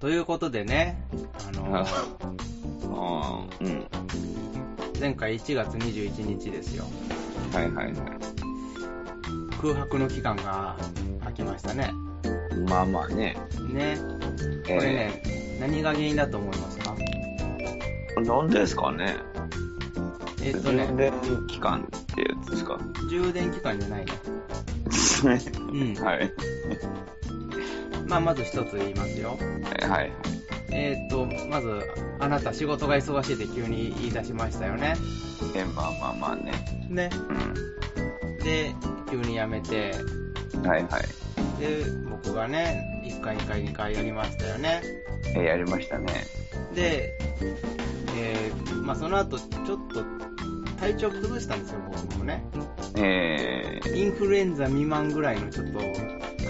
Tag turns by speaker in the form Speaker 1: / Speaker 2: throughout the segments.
Speaker 1: ということでね、あのー、
Speaker 2: あーうん。
Speaker 1: 前回1月21日ですよ。
Speaker 2: はいはいはい。
Speaker 1: 空白の期間が空きましたね。
Speaker 2: まあまあね。
Speaker 1: ね。これね、何が原因だと思いますか
Speaker 2: えーなんですかね。
Speaker 1: えっ、と
Speaker 2: 充
Speaker 1: ね、
Speaker 2: 電期間ってやつですか。
Speaker 1: 充電期間じゃないね。うん。
Speaker 2: はい。
Speaker 1: まあ、まず一つ言いますよ。
Speaker 2: はいはい。
Speaker 1: えっ、と、まず、あなた仕事が忙しいって急に言い出しましたよね。
Speaker 2: えーまあまあまあね。
Speaker 1: ね。で、急に辞めて、
Speaker 2: うん。はいはい。
Speaker 1: で、僕がね、1回、2回、2回やりましたよね。
Speaker 2: えーやりましたね。
Speaker 1: で、えーまあ、その後、ちょっと、体調崩したんですよ、僕もね。
Speaker 2: え
Speaker 1: インフルエンザ未満ぐらいのちょっと、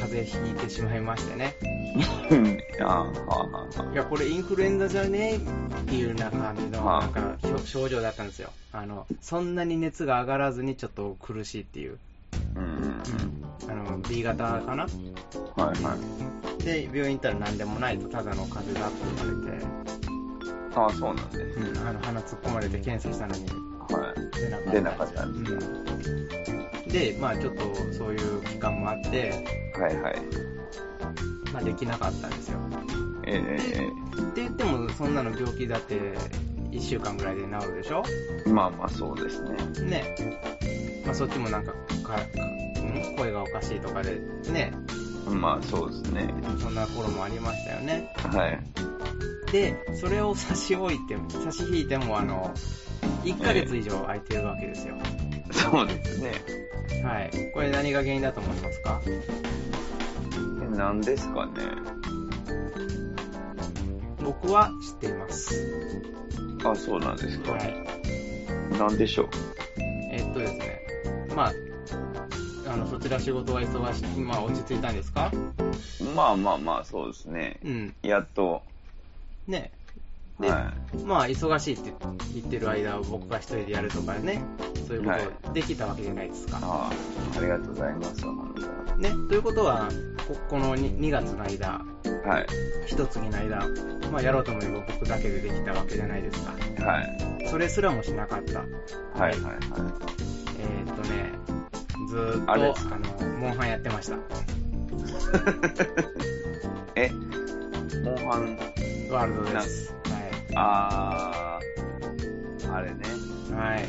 Speaker 1: 風邪ひいてしまいましてね。
Speaker 2: ー、 あーはあはあはい
Speaker 1: や、これインフルエンザじゃねえっていうような感じの、
Speaker 2: は
Speaker 1: ないんか、ひょ症状だったんですよ。あの、そんなに熱が上がらずにちょっと苦しいっていう。
Speaker 2: あ。うん。
Speaker 1: あの、B 型かな
Speaker 2: はいはい。
Speaker 1: で、病院行ったら何でもないと、ただの風邪だって言われて、
Speaker 2: ああ、そうなんですね。
Speaker 1: うん、あの、鼻突っ込まれて検査したのに
Speaker 2: は
Speaker 1: 出なかった。
Speaker 2: い。出
Speaker 1: う
Speaker 2: なかった
Speaker 1: ん
Speaker 2: ですね。
Speaker 1: ん。で、まあちょっとそういう期間もあって、
Speaker 2: はいはい。
Speaker 1: まあできなかったんですよ。
Speaker 2: え
Speaker 1: って言っても、そんなの病気だって、1週間ぐらいで治るでしょ
Speaker 2: ー、まあまあそうですね。
Speaker 1: ね。まあそっちもなんか、か、ん声がおかしいとかで、ね。
Speaker 2: まあそうですね。
Speaker 1: そんな頃もありましたよね。
Speaker 2: はい。
Speaker 1: で、それを差し置いても、差し引いても、あの、1ヶ月以上空いてるわけですよ。
Speaker 2: そうですね。
Speaker 1: はい。これ何が原因だと思いますか
Speaker 2: えなんですかね。
Speaker 1: 僕は知っています。
Speaker 2: あ、そうなんですか。
Speaker 1: はい。
Speaker 2: なんでしょう。
Speaker 1: えっとですね、まあ、あの、そちら仕事が忙しい、まあ、落ち着いたんですか
Speaker 2: まあまあまあ、そうですね。
Speaker 1: うん。
Speaker 2: やっと。
Speaker 1: ね。
Speaker 2: は
Speaker 1: で、
Speaker 2: い。
Speaker 1: まあ、忙しいって言ってる間を僕が一人でやるとかね、そういうことできたわけじゃないですか。
Speaker 2: ああ、ありがとうございます。本当
Speaker 1: ね。ということは、ここの 2, 月の間、
Speaker 2: にはい。
Speaker 1: 一月の間、まあ、やろうと思えば僕だけでできたわけじゃないですか。
Speaker 2: はい。
Speaker 1: それすらもしなかった。
Speaker 2: はいはいは
Speaker 1: えーっとね、ずーっと、あ
Speaker 2: あれですか
Speaker 1: の、モンハンやってました。
Speaker 2: い。え、モンハン、
Speaker 1: ワールドです。はい。
Speaker 2: あー、あれね。
Speaker 1: はい。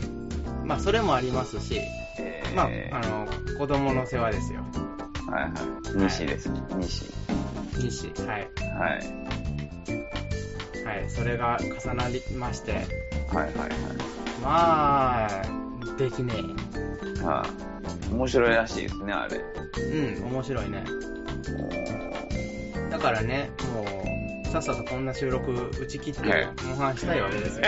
Speaker 1: まあ、それもありますし、
Speaker 2: えー、
Speaker 1: まあ、あの、子供の世話ですよ。
Speaker 2: はいはい。西です。西。
Speaker 1: 西。はい。
Speaker 2: はい。
Speaker 1: はい。それが重なりまして、
Speaker 2: はいはいはい。
Speaker 1: まあ、できね
Speaker 2: はあ、面白いらしいですね、あれ。
Speaker 1: え。うん、面白いね。だからね、もう、さっさとこんな収録打ち切って
Speaker 2: はい、
Speaker 1: 模範したいわけです よ。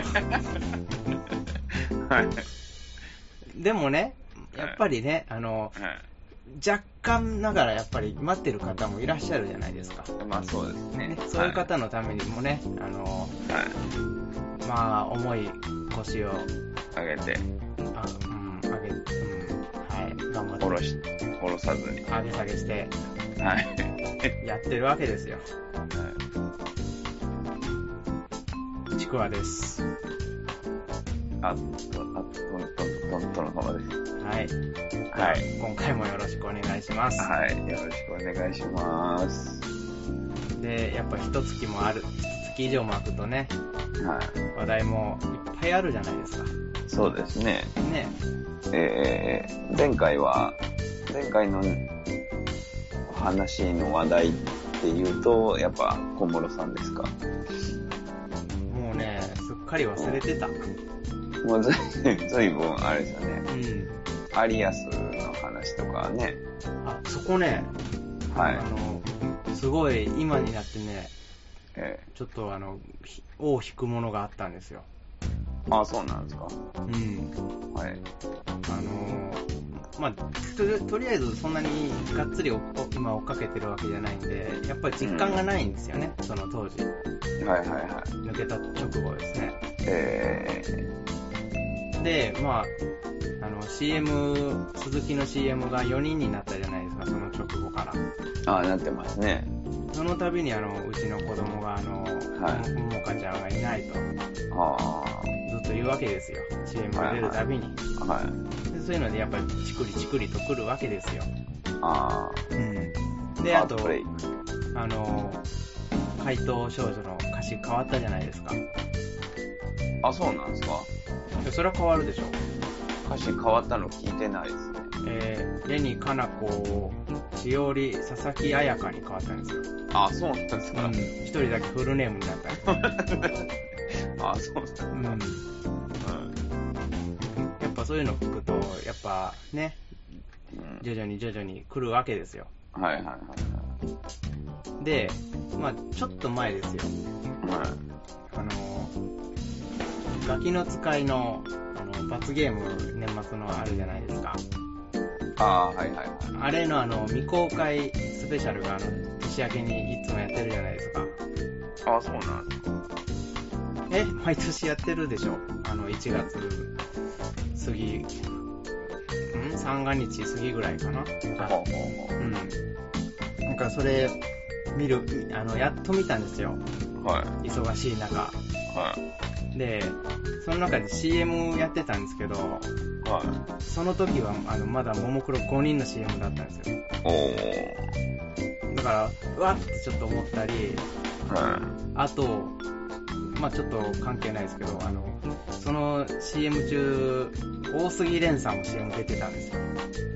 Speaker 2: はい。
Speaker 1: でもね、やっぱりね、あの、
Speaker 2: はい。
Speaker 1: 若干ながらやっぱり待ってる方もいらっしゃるじゃないですか。
Speaker 2: まあそうですね
Speaker 1: ね。、そういう方のためにもね、あの、
Speaker 2: はい。
Speaker 1: まあ、重い腰を
Speaker 2: はい。上げて、
Speaker 1: あ、うん、上げ、うん、はい、頑張って。
Speaker 2: 下ろし、下ろさずに。
Speaker 1: 上げ下げして、
Speaker 2: はい。
Speaker 1: やってるわけですよ。ちくわです。
Speaker 2: あ、と、あ、と、と、と、とのままです。
Speaker 1: はい。
Speaker 2: はい。
Speaker 1: 今回もよろしくお願いします。
Speaker 2: はい。よろしくお願いします。
Speaker 1: で、やっぱ一月もある、一月以上も空くとね、
Speaker 2: は
Speaker 1: 話題もいっぱいあるじゃないですか。
Speaker 2: い。そうですね。
Speaker 1: ね。
Speaker 2: えー、前回は、前回の話の話題っていうと、やっぱ小室さんですか。
Speaker 1: もうね、すっかり忘れてた。う
Speaker 2: もうずい、ずいぶん、あれですよね。
Speaker 1: ん。
Speaker 2: アリアスの話とかね。
Speaker 1: あ、そこね、
Speaker 2: はい
Speaker 1: あ。の、すごい今になってね、
Speaker 2: え
Speaker 1: ちょっとあの、ひ尾を引くものがあったんですよ。
Speaker 2: ー、あ、そうなんですか。
Speaker 1: うん。
Speaker 2: はい。
Speaker 1: あのーまあと、とりあえずそんなにがっつりおお今追っかけてるわけじゃないんで、やっぱり実感がないんですよね、その当時。
Speaker 2: はいはいはい。
Speaker 1: 抜けた直後ですね。
Speaker 2: えー、
Speaker 1: で、まあ、あの、CM、鈴木の CM が4人になったじゃないですか、その直後から。
Speaker 2: あ、なってますね。
Speaker 1: その度にあのうちの子供があの、
Speaker 2: い
Speaker 1: ももかちゃんがいないと
Speaker 2: は
Speaker 1: ずっと言うわけですよ CM が出るたびに、
Speaker 2: あ、はい。
Speaker 1: でそういうのでやっぱりチクリチクリと来るわけですよ、
Speaker 2: ああ。
Speaker 1: であと
Speaker 2: ハードプレイ
Speaker 1: あの怪盗少女の歌詞変わったじゃないですかい
Speaker 2: あ、そうなんですか
Speaker 1: やそれは変わるでしょ
Speaker 2: 歌詞変わったの聞いてないですね。
Speaker 1: えー、レニカナコをしおり佐々木彩香に変わったんですよ
Speaker 2: あ、そうなんですか、
Speaker 1: 一人だけフルネームになったんですよ、
Speaker 2: あ、そうなんですか、
Speaker 1: うん、やっぱそういうの聞くとやっぱね
Speaker 2: うん
Speaker 1: 徐々に徐々に来るわけですよ
Speaker 2: はいはいはい
Speaker 1: でまあちょっと前ですよ
Speaker 2: はい。はい
Speaker 1: あのガキの使いのあの罰ゲーム年末のあるじゃないですか
Speaker 2: あーはいはいはい。
Speaker 1: あれのあの未公開スペシャルがあの年明けにいつもやってるじゃないですか
Speaker 2: あ、そうなんですか
Speaker 1: え毎年やってるでしょあの1月過ぎん三が日過ぎぐらいかな
Speaker 2: ほうほう
Speaker 1: うんなんかそれ見るあのやっと見たんですよ
Speaker 2: ほう。はい。
Speaker 1: 忙しい中
Speaker 2: はい。
Speaker 1: でその中で CM やってたんですけど
Speaker 2: はい。
Speaker 1: その時はあのまだももクロ5人の CM だったんですよ
Speaker 2: お
Speaker 1: だからうわってちょっと思ったり
Speaker 2: ー。は
Speaker 1: あと、まあちょっと関係ないですけど、あの、その CM 中、大杉蓮さんも CM 出てたんですよ。
Speaker 2: い。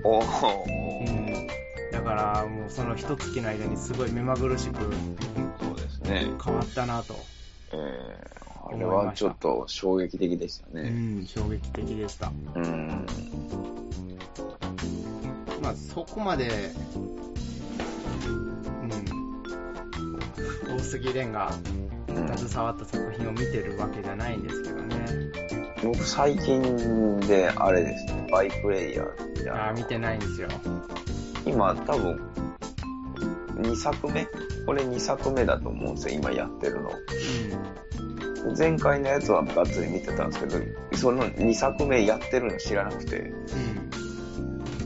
Speaker 2: おー。
Speaker 1: だから、もうその一月の間にすごい目まぐるしく
Speaker 2: そうですね。
Speaker 1: 変わったなと。
Speaker 2: えー、あれはちょっと衝撃的でした
Speaker 1: う
Speaker 2: ね。
Speaker 1: ん、衝撃的でした。
Speaker 2: うん。
Speaker 1: まあそこまで、うん、大杉蓮が
Speaker 2: うん
Speaker 1: 携わった作品を見てるわけじゃないんですけどね。
Speaker 2: 僕最近であれですね、バイプレイヤーって
Speaker 1: ああ、見てないんですよ。
Speaker 2: 今多分2作目これ2作目だと思うんですよ、今やってるの。前回のやつはがっつり見てたんですけど、その2作目やってるの知らなくて、
Speaker 1: う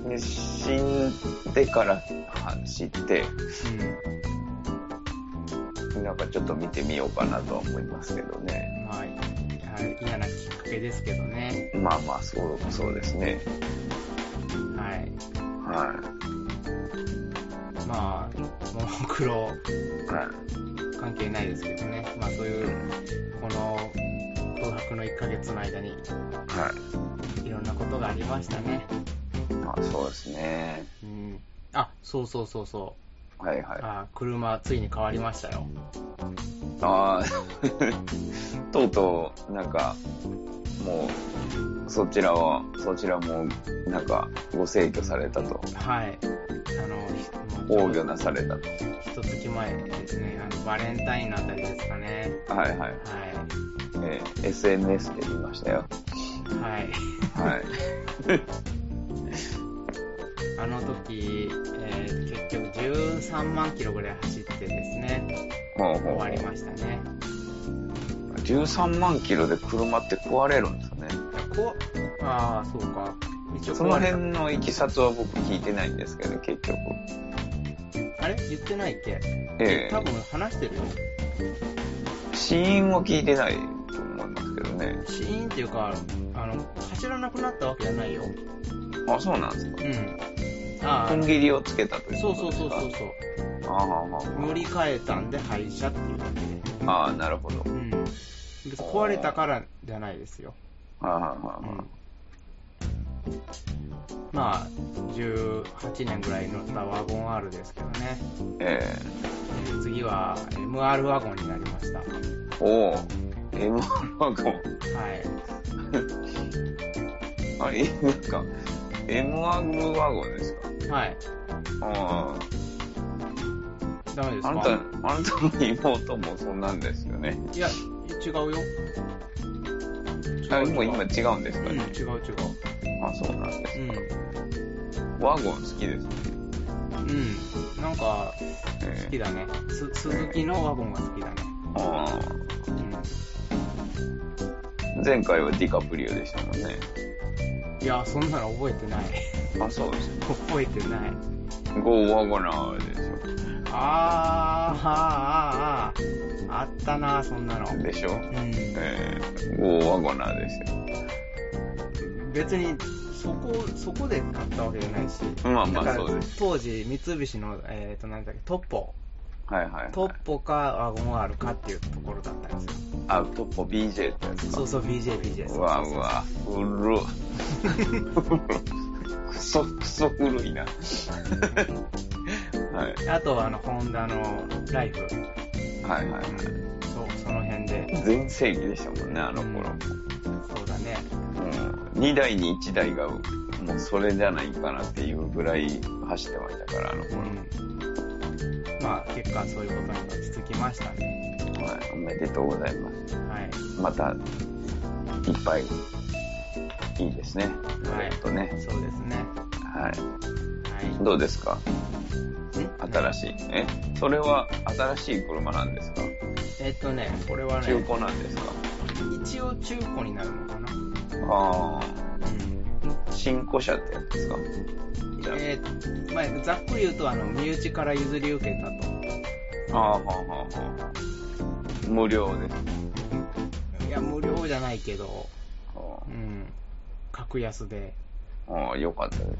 Speaker 2: で死んでから知って、
Speaker 1: ん、うん、うん。
Speaker 2: なんかちょっと見てみようかなとは思いますけどね。
Speaker 1: まあ、はい嫌なきっかけですけどね。
Speaker 2: まあまあ、そう、そうですね。
Speaker 1: はい。
Speaker 2: は
Speaker 1: まあ、ももクロ
Speaker 2: い。はい。
Speaker 1: 関係ないですけどね。まあそう
Speaker 2: う
Speaker 1: い
Speaker 2: ん
Speaker 1: う、この空白の1ヶ月の間に
Speaker 2: はい
Speaker 1: ろんなことがありましたね。
Speaker 2: い。まあそうですね。
Speaker 1: うん。あ、そうそうそうそう。
Speaker 2: はいはい。
Speaker 1: あ車ついに変わりましたよ。
Speaker 2: ああ、とうとう、なんか、もう、そちらは、そちらも、なんか、ご逝去されたと。
Speaker 1: はい。あの、ひも
Speaker 2: 防
Speaker 1: うちょ
Speaker 2: 御
Speaker 1: う
Speaker 2: なされたと。
Speaker 1: ど一月前ですね。あの、バレンタインのあたりですかね。
Speaker 2: はいは
Speaker 1: は
Speaker 2: い。えー SNS で見ましたよ。
Speaker 1: い。はい。
Speaker 2: はい。
Speaker 1: あの時、えー結局13万キロぐらい走ってですね、
Speaker 2: ほう
Speaker 1: 終
Speaker 2: ほうほ
Speaker 1: わ
Speaker 2: う
Speaker 1: りましたね。
Speaker 2: 13万キロで車って壊れるんですよね。
Speaker 1: いやこうああ、そうか。一応
Speaker 2: その
Speaker 1: 壊れた
Speaker 2: 辺のいきさつは僕聞いてないんですけど、結局。
Speaker 1: あれ言ってないっけ
Speaker 2: ええ
Speaker 1: 多分話してるよ。
Speaker 2: 死因は聞いてないと思いますけどね。
Speaker 1: 死因っていうか、あの、走らなくなったわけじゃないよ。う
Speaker 2: あ、そうなんですか。
Speaker 1: ん。あ
Speaker 2: 踏ん
Speaker 1: あ、
Speaker 2: 切りをつけたという
Speaker 1: そう
Speaker 2: こと
Speaker 1: そうそ
Speaker 2: ですか
Speaker 1: うそう。
Speaker 2: ああああああ
Speaker 1: 乗り換えたんで廃車っていうだけで。
Speaker 2: ああ、なるほど。
Speaker 1: うん。別に壊れたからじゃないですよ。
Speaker 2: はいはいはいは
Speaker 1: う
Speaker 2: い
Speaker 1: ん。まあ、18年ぐらい乗ったワゴン R ですけどね。
Speaker 2: え
Speaker 1: えー次は MR ワゴンになりました。は
Speaker 2: えおお、MR ワゴン。
Speaker 1: い。
Speaker 2: あ、え、なんか、MR ワゴンですか
Speaker 1: はい。
Speaker 2: あ
Speaker 1: ダメです
Speaker 2: あ、あな
Speaker 1: か
Speaker 2: た、あなたの妹もそんなんですよね。
Speaker 1: いや、違うよ。
Speaker 2: あ
Speaker 1: 違う
Speaker 2: もう今
Speaker 1: 違う
Speaker 2: 違うんですか
Speaker 1: うん、
Speaker 2: ね。
Speaker 1: 違う違う。
Speaker 2: あ、そうなんです
Speaker 1: う
Speaker 2: ね。
Speaker 1: ん。
Speaker 2: ワゴン好きですね。
Speaker 1: うん。なんか、
Speaker 2: え
Speaker 1: 好き
Speaker 2: え
Speaker 1: だね。す、鈴木のワゴンが好きだね。
Speaker 2: あ
Speaker 1: うん。
Speaker 2: あ、前回はディカプリオでしたもんね。
Speaker 1: いや、そんなの覚えてない。
Speaker 2: あ、そうです。
Speaker 1: 覚えてない。
Speaker 2: ゴーワゴナーでしょ。
Speaker 1: あー、あー、あー、あーあったな、そんなの。う
Speaker 2: でしょ
Speaker 1: ん。
Speaker 2: えー、ゴーワゴナーですよ。
Speaker 1: 別に、そこ、そこで買ったわけじゃないし。
Speaker 2: まあ
Speaker 1: だ
Speaker 2: ま
Speaker 1: か
Speaker 2: あ
Speaker 1: ら
Speaker 2: そうです。
Speaker 1: 当時、三菱の、えっ、と、なんだっけ、トッポ。
Speaker 2: はいはい、はい。
Speaker 1: トッポか、ワゴン R かっていうところだったんですよ。
Speaker 2: あ、トッポ BJ ってやつか。
Speaker 1: そうそう、BJ、BJ。
Speaker 2: うわうわ、古っ。 くそ、くそ 古いな。はい、
Speaker 1: あとは、あの、ホンダのライフ。
Speaker 2: はいはいは
Speaker 1: そう、その辺で。
Speaker 2: い。全盛期でしたもんね、あの頃。
Speaker 1: そうだね。
Speaker 2: うん、2台に1台が、もうそれじゃないかなっていうぐらい走ってましたから、あの
Speaker 1: う
Speaker 2: 頃。
Speaker 1: ん。まあ、結果、そういうことに落ち着きましたね。
Speaker 2: はい、おめでとうございます。
Speaker 1: はい。
Speaker 2: また、いっぱい、いいですね。
Speaker 1: は
Speaker 2: え
Speaker 1: い
Speaker 2: っ。とね、
Speaker 1: そうですね。
Speaker 2: はい。
Speaker 1: は
Speaker 2: どうですか
Speaker 1: い。
Speaker 2: 新しい。え、それは新しい車なんですか
Speaker 1: えっとね、これは
Speaker 2: 中
Speaker 1: ね、
Speaker 2: 古なんですか
Speaker 1: 一応中古になるのかな。
Speaker 2: ああ、新古車ってやつですかじゃ
Speaker 1: えーまあ、ざっくり言うと、あの、身内から譲り受けたと。
Speaker 2: あ、ああ、はあ、はあ、はあ。無料です。
Speaker 1: いや、無料じゃないけど、
Speaker 2: あ
Speaker 1: うん。格安で、
Speaker 2: あああ、よかったですね。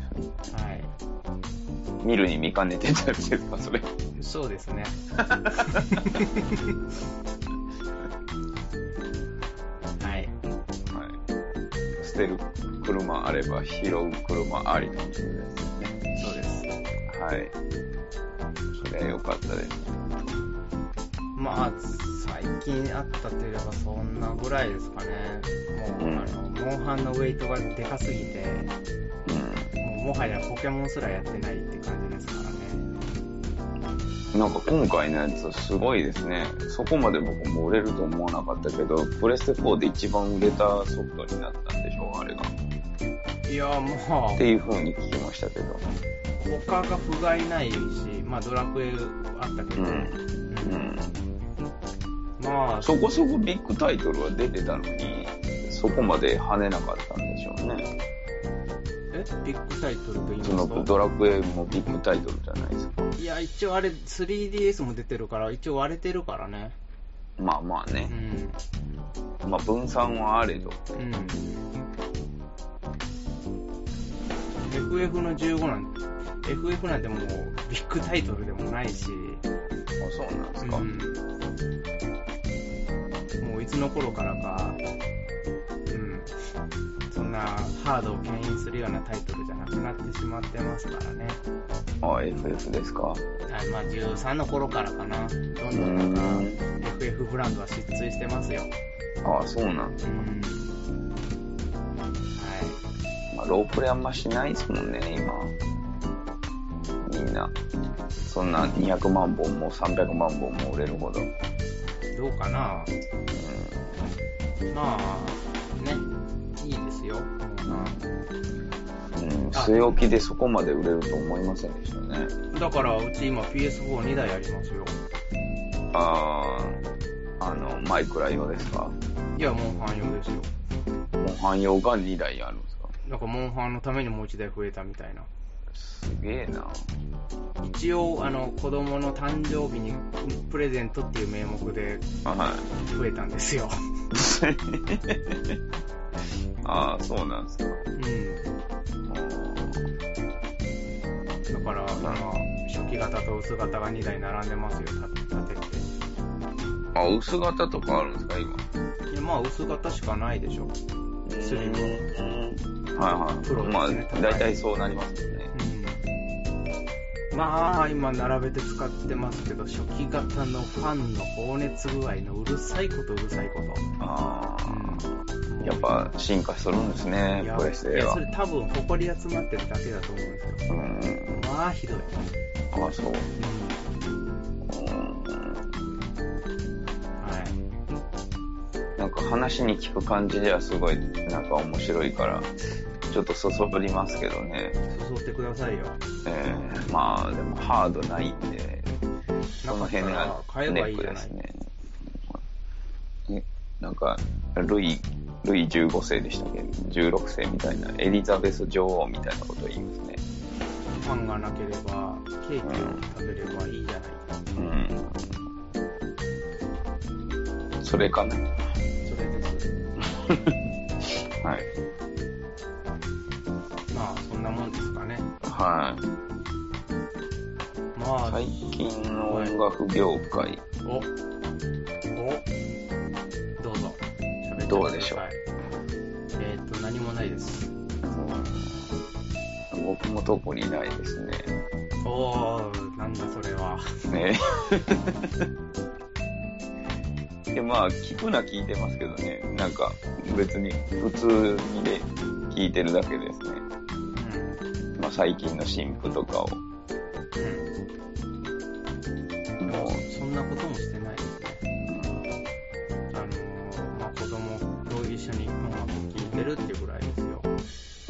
Speaker 1: はい。
Speaker 2: 見るに見かねてたやつですか、それ。
Speaker 1: そうですね。 はい。
Speaker 2: はい。捨てる車あれば拾う車ありのですね。
Speaker 1: そうです。
Speaker 2: はい。それは良かったです。
Speaker 1: まあ、最近あったといえばそんなぐらいですかね。もう、
Speaker 2: うん
Speaker 1: あの、モンハンのウェイトがでかすぎて、もうもはやポケモンすらやってないって感じですからね。
Speaker 2: うん。なんか今回のやつすごいですね。そこまで僕も売れると思わなかったけど、プレステ4で一番売れたソフトになったんでしょう、あれが。っ
Speaker 1: いや、も
Speaker 2: ていう風に聞きましたけど。
Speaker 1: う、他が不甲斐ないし、まあ、ドラクエあったけど、
Speaker 2: う
Speaker 1: うん
Speaker 2: ん。うん。
Speaker 1: まあ、
Speaker 2: そこそこビッグタイトルは出てたのに、そこまで跳ねなかったんでしょうね。
Speaker 1: えビッグタイトルと言い
Speaker 2: その
Speaker 1: ます
Speaker 2: ド
Speaker 1: と
Speaker 2: ラクエもビッグタイトルじゃないですか。
Speaker 1: いや、一応あれ、3DS も出てるから、一応割れてるからね。
Speaker 2: まあまあ
Speaker 1: う
Speaker 2: ね。
Speaker 1: ん。
Speaker 2: まあ分散はあれど。
Speaker 1: うん。FF の15なんて、FF なんてもうビッグタイトルでもないし、
Speaker 2: あそうなんですか。
Speaker 1: うん、もういつの頃からか、うん、そんなハードを牽引するようなタイトルじゃなくなってしまってますからね。
Speaker 2: あ、FF ですか。
Speaker 1: はい、まあ13の頃からかな。どんど
Speaker 2: うん
Speaker 1: なんか
Speaker 2: ーん。
Speaker 1: FF ブランドは失墜してますよ。
Speaker 2: あそうなんです
Speaker 1: う
Speaker 2: か。
Speaker 1: ん。
Speaker 2: まあ、ロープレあんましないですもんね、今。みんな。そんな200万本も300万本も売れるほど。うん。
Speaker 1: はい。どうかなまあ、ね、いいですよ。
Speaker 2: うん、据え置きでそこまで売れると思いませんでしたね。
Speaker 1: だから、うち今 PS42 台ありますよ。
Speaker 2: あー、あの、マイクラ用ですか
Speaker 1: いや、モンハン用ですよ。
Speaker 2: モンハン用が2台あるんですか
Speaker 1: なんか、モンハンのためにもう一台増えたみたいな。
Speaker 2: すげえな。
Speaker 1: 一応、あの、子供の誕生日にプレゼントっていう名目で
Speaker 2: はい。
Speaker 1: 増えたんですよ。
Speaker 2: ああ、そうなんですか。
Speaker 1: うん。
Speaker 2: あー
Speaker 1: だから、今、初期型と薄型が2台並んでますよ、立て
Speaker 2: あ、薄型とかあるんですか、今。
Speaker 1: て。いや、まあ、薄型しかないでしょ。スリム
Speaker 2: はいはい。
Speaker 1: プロ
Speaker 2: ま
Speaker 1: ですね
Speaker 2: あ、大体そうなりますよね。
Speaker 1: うん。まあ、今並べて使ってますけど、初期型のファンの放熱具合のうるさいことうるさいこと。
Speaker 2: あ
Speaker 1: うん
Speaker 2: あ、やっ、ぱ進化するんですね
Speaker 1: いや、
Speaker 2: プレス
Speaker 1: い
Speaker 2: テ
Speaker 1: や、
Speaker 2: は
Speaker 1: そ。れ多分、埃集まってるだけだと思うんですよ。
Speaker 2: うん。
Speaker 1: まあ、ひどい。
Speaker 2: ああ、そう。
Speaker 1: は
Speaker 2: うん
Speaker 1: い。
Speaker 2: なんか話に聞く感じではすごい、なんか面白いから、ちょっとそそりますけどね。
Speaker 1: 誘ってくださいよ。
Speaker 2: えー、まあ、でもハードないんで、
Speaker 1: なか
Speaker 2: その
Speaker 1: ったら
Speaker 2: 辺が
Speaker 1: 買え
Speaker 2: ネ
Speaker 1: ばい
Speaker 2: ッ
Speaker 1: い
Speaker 2: ク
Speaker 1: じゃ
Speaker 2: で
Speaker 1: ない
Speaker 2: す。ね。ねなんか、ルイ、ルイ15世でしたっけ ?16 世みたいな、エリザベス女王みたいなことを言いますね。
Speaker 1: パンがなければ、ケーキを食べればいいじゃないか。
Speaker 2: うん。それかな。
Speaker 1: それです。
Speaker 2: はい。
Speaker 1: まあ、そんなもんですかね。
Speaker 2: はい。
Speaker 1: まあ、
Speaker 2: 最近の音楽業界、
Speaker 1: お、お、どうぞ。喋って
Speaker 2: どうでしょう
Speaker 1: くださいえーっと、何もないです。
Speaker 2: うん僕も特にないですね。
Speaker 1: おー、なんだそれは。
Speaker 2: ねでまあ聞くな聞いてますけどねなんか別に普通にで聞いてるだけですね、
Speaker 1: うん、
Speaker 2: まあ、最近の新婦とかを
Speaker 1: うん。で
Speaker 2: も
Speaker 1: も
Speaker 2: う、
Speaker 1: そんなこともしてないですね。あのー、まあ、子供と一緒に音楽を聴いてるっていうぐらいですよ。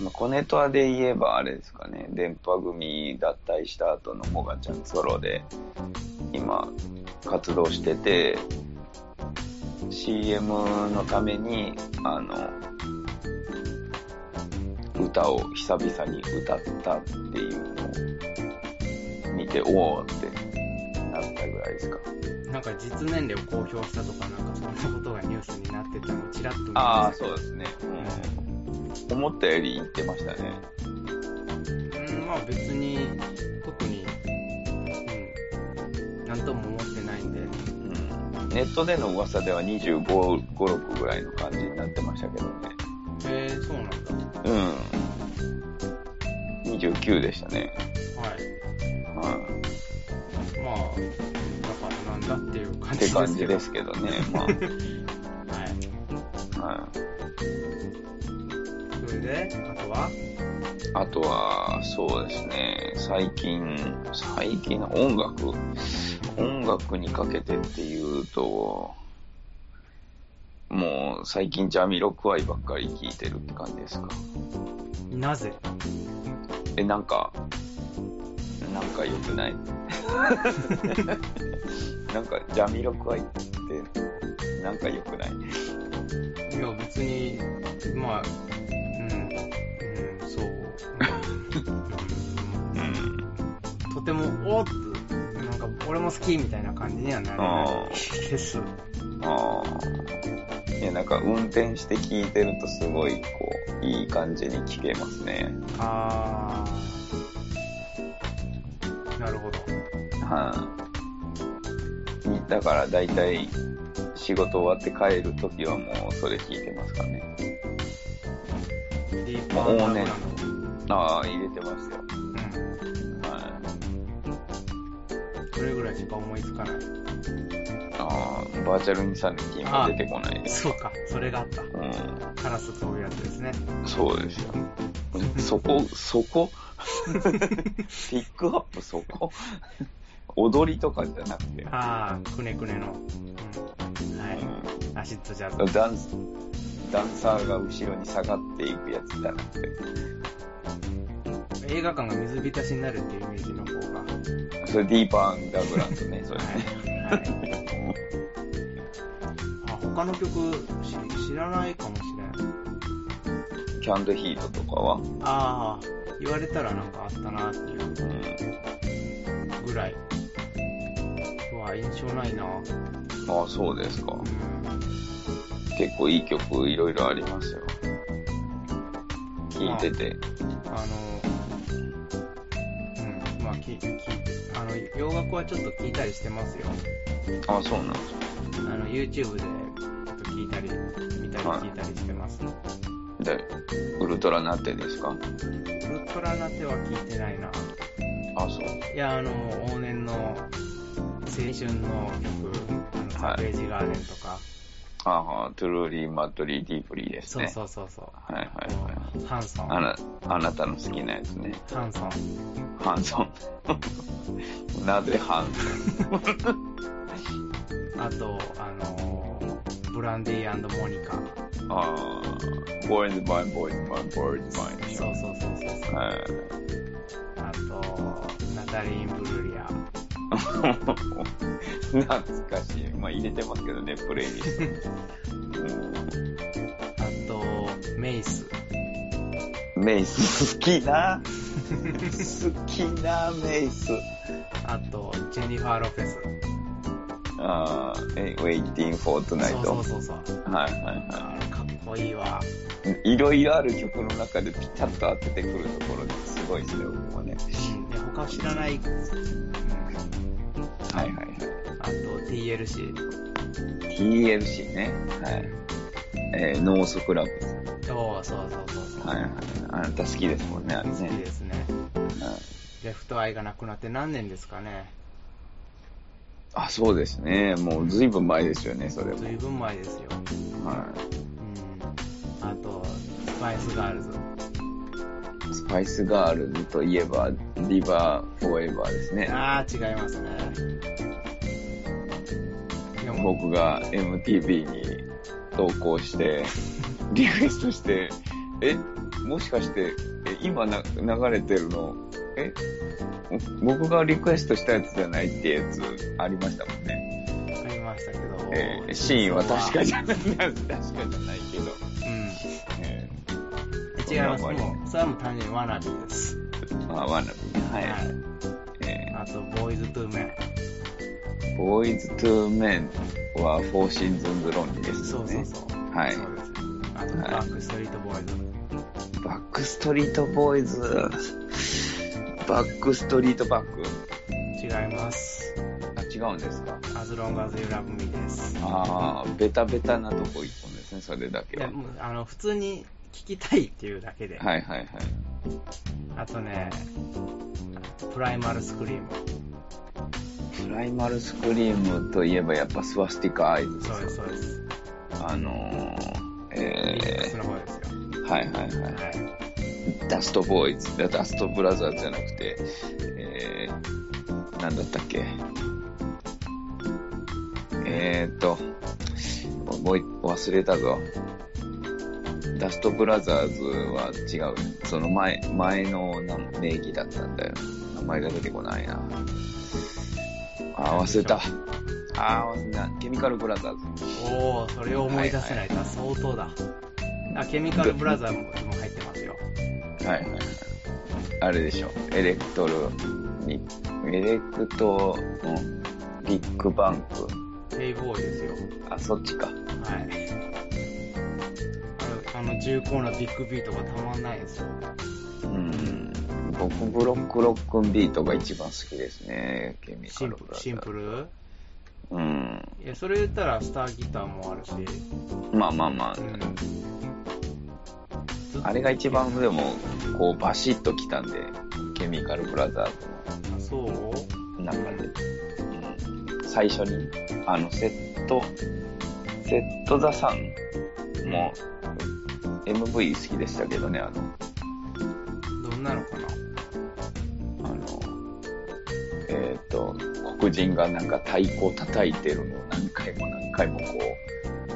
Speaker 2: まあ、コネトアで言えばあれですかね電波組脱退した後のモガちゃんソロで今活動してて CM のためにあの歌を久々に歌ったっていうのを見ておおってなったぐらいですか
Speaker 1: なんか実年齢を公表したとか、なんかそんなことがニュースになってたのをちらっと見
Speaker 2: ああ
Speaker 1: ました
Speaker 2: そうですね、うん、思ったより言ってましたね
Speaker 1: うん、まあ別に、特に、うん、なんとも思ってないんで、
Speaker 2: うんネットでの噂では25、6ぐらいの感じになってましたけどね。
Speaker 1: えー、そうなんだ。
Speaker 2: うん。29でしたね。
Speaker 1: はい。
Speaker 2: は
Speaker 1: まあ、だからなんだっていう感
Speaker 2: い。っ
Speaker 1: じ
Speaker 2: て
Speaker 1: ですけど。
Speaker 2: 感じですけどね。ま
Speaker 1: はい。
Speaker 2: あ、はい。
Speaker 1: それで、あとは、
Speaker 2: あとは、そうですね。最近、最近の音楽、音楽にかけてっていうと、もう最近ジャミロクワイばっかり聴いてるって感じですか。
Speaker 1: なぜ
Speaker 2: え、なんか、なんか良くない なんか、ジャミロクワイって、なんか良くない
Speaker 1: いや、別に、まあ、うん、うん、そう。うん
Speaker 2: うん。
Speaker 1: とても、おっと、なんか、俺も好きみたいな感じにはなれ
Speaker 2: あ
Speaker 1: ないです。
Speaker 2: ああ。いや、なんか、運転して聴いてるとすごい、こう、いい感じに聴けますね。
Speaker 1: あー。なるほど。
Speaker 2: はい、だから、だいたい、仕事終わって帰るときはもう、それ聴いてますかね。
Speaker 1: ディープアンダーグラウンド。
Speaker 2: ああ、入れてますよ。
Speaker 1: うん。
Speaker 2: はい。
Speaker 1: それぐらいしか思いつかない。
Speaker 2: ああ、バーチャルにさらに今出てこないです。
Speaker 1: そうか、それがあった。
Speaker 2: う
Speaker 1: カラスというやつですね。
Speaker 2: ん、そうですよ。そこ、そこピックアップそこ踊りとかじゃなくて、
Speaker 1: あー、くねくねの。うん。は
Speaker 2: う
Speaker 1: い。アシッドジャズ。
Speaker 2: ん、ダンス、ダンサーが後ろに下がっていくやつじゃなくて、
Speaker 1: 映画館が水浸しになるっていうイメージの方が。
Speaker 2: それディーパーアンダーグラウンドね、それね。
Speaker 1: はい。はい、あ、他の曲し知らないかもしれん。
Speaker 2: キャンドヒートとかは、
Speaker 1: ああ、言われたらなんかあったなっていう
Speaker 2: うん、
Speaker 1: ぐらい。うわ、印象ないな。うん。
Speaker 2: ああ、そうですか。結構いい曲いろいろありますよ。聴いてて。
Speaker 1: あの、うん、まあ、き、き、あの、洋楽はちょっと聞いたりしてますよ。
Speaker 2: ああ、そうなんですか。
Speaker 1: あの、YouTube で、ちょっと聞いたり、見たり
Speaker 2: はい
Speaker 1: 聞いたりしてます。
Speaker 2: で、ウルトラナテですか
Speaker 1: ウルトラな手は聞いてないな。
Speaker 2: あ、そう。
Speaker 1: いや、あの、もう往年の青春の曲、あの、サ
Speaker 2: はい
Speaker 1: ベージガーデンとか、
Speaker 2: ああ、トゥルーリー、マットリー、ディープリーです
Speaker 1: そう
Speaker 2: ね。
Speaker 1: そうそうそう。
Speaker 2: はいはいはい。
Speaker 1: ハンソン。
Speaker 2: あ
Speaker 1: ハ
Speaker 2: な、あなたの好きなやつね。
Speaker 1: ンソン。
Speaker 2: ハン ソン。なぜハンソ
Speaker 1: あと、あのーブランディーモニカ。
Speaker 2: ン。ああ、ボーイズマイン、ボーイズマイン、ボーイズマインでし
Speaker 1: そ
Speaker 2: ょ
Speaker 1: う。そうそうそうそう。
Speaker 2: はい。
Speaker 1: あと、ナタリー・ブルリア。
Speaker 2: 懐かしい。まあ入れてますけどね、プレイリスト。
Speaker 1: あと、メイス。
Speaker 2: うんメイス好きな。好きなメイス。
Speaker 1: あと、ジェニファー・ロペス。
Speaker 2: あーえ、Waiting
Speaker 1: そ
Speaker 2: for
Speaker 1: うそう
Speaker 2: Tonight。
Speaker 1: そうそう。
Speaker 2: はいはいは
Speaker 1: あーかっこいいわ。
Speaker 2: い。いろいろある曲の中でピタッと当ててくるところですごいですね、僕はね。
Speaker 1: うん、いや他知らない。
Speaker 2: はいはいはい。
Speaker 1: あと、TLC。
Speaker 2: TLC ね。はい。えー、ノースクラブ。
Speaker 1: そうそうそうそうそう。
Speaker 2: はいはい。あなた好きですもんね、あれ
Speaker 1: 好
Speaker 2: ね。
Speaker 1: きですね。
Speaker 2: はい
Speaker 1: レフトアイがなくなって何年ですかね。
Speaker 2: あ、そうですね。もうずいぶん前ですよね、それも
Speaker 1: ず。いぶん前ですよ。
Speaker 2: は
Speaker 1: うん。あと、スパイスガールズ。
Speaker 2: い。スパイスガールズといえば、リバーフォーエバーですね。
Speaker 1: あー、違いますね。いやもう
Speaker 2: 僕が MTV に投稿して、リクエストして、え、もしかして、え今な流れてるの、え、僕がリクエストしたやつじゃないってやつありましたもんね。
Speaker 1: ありましたけど。
Speaker 2: えーシーンは確か
Speaker 1: に。
Speaker 2: じゃない、確かじゃないけど。
Speaker 1: うん。
Speaker 2: え
Speaker 1: 違います。
Speaker 2: そんなもんあり
Speaker 1: もう、それはもう単純にワナビーです。
Speaker 2: ーまあ、ワナビー。はい。え
Speaker 1: あと、ボーイズ・トゥーメン。
Speaker 2: ーボーイズ・トゥ・メンは、フォーシーズンズ・ロンリーです
Speaker 1: そ
Speaker 2: よ
Speaker 1: う
Speaker 2: ね。
Speaker 1: そうそう。
Speaker 2: はい
Speaker 1: そうです。あと、バックストリート・ボーイズ。
Speaker 2: バックストリートボーイズ。バックストリートバック
Speaker 1: 違います。
Speaker 2: あ、違うんですか
Speaker 1: As long as you love me です。
Speaker 2: ああ、ベタベタなとこ一本ですね、それだけ
Speaker 1: いや、
Speaker 2: は。
Speaker 1: もう、あの、普通に聞きたいっていうだけで。
Speaker 2: はいはいはい。
Speaker 1: あとね、プライマルスクリーム。
Speaker 2: プライマルスクリームといえばやっぱスワスティカアイズです
Speaker 1: そうです、そうです。
Speaker 2: あのー、
Speaker 1: ミック
Speaker 2: え
Speaker 1: スの方ですよ。
Speaker 2: ー、はいはいは。
Speaker 1: はい
Speaker 2: ダストボーイズ、ダストブラザーズじゃなくて、えー、なんだったっけ。えーっと、もう一忘れたぞ。ダストブラザーズは違う。その前、前の名名義だったんだよ。名前が出てこないな。あー、忘れた。あー、忘れた。ケミカルブラザーズ。
Speaker 1: い。おー、それを思い出せないとは相当だ。あ、ケミカルブラザーもも入ってますよ。
Speaker 2: はいはいはい。あれでしょ。エレクトルに、エレクト、うん、ビッグバンク。
Speaker 1: ヘイボーイですよ。
Speaker 2: あ、そっちか。
Speaker 1: はい。あの、あの重厚なビッグビートがたまんないですよ。
Speaker 2: うん。僕、ブロックロックンビートが一番好きですね。ケミ
Speaker 1: シ
Speaker 2: カ
Speaker 1: ン
Speaker 2: ル
Speaker 1: プ
Speaker 2: ブ
Speaker 1: ル
Speaker 2: ラザ
Speaker 1: シンプ
Speaker 2: ー。
Speaker 1: ル
Speaker 2: うん。
Speaker 1: いや、それ言ったらスターギターもあるし。
Speaker 2: まあまあまあ
Speaker 1: う。ん。ずっと
Speaker 2: あれが一番でも、こう、バシッときたんで、ケミカルブラザー
Speaker 1: あそう
Speaker 2: ズの中で。うん、最初に、あの、セット、セットザサンもう MV 好きでしたけどね、あの、
Speaker 1: どんなのかな
Speaker 2: あの、えっ、と、黒人がなんか太鼓叩いてるのを何回も何回もこ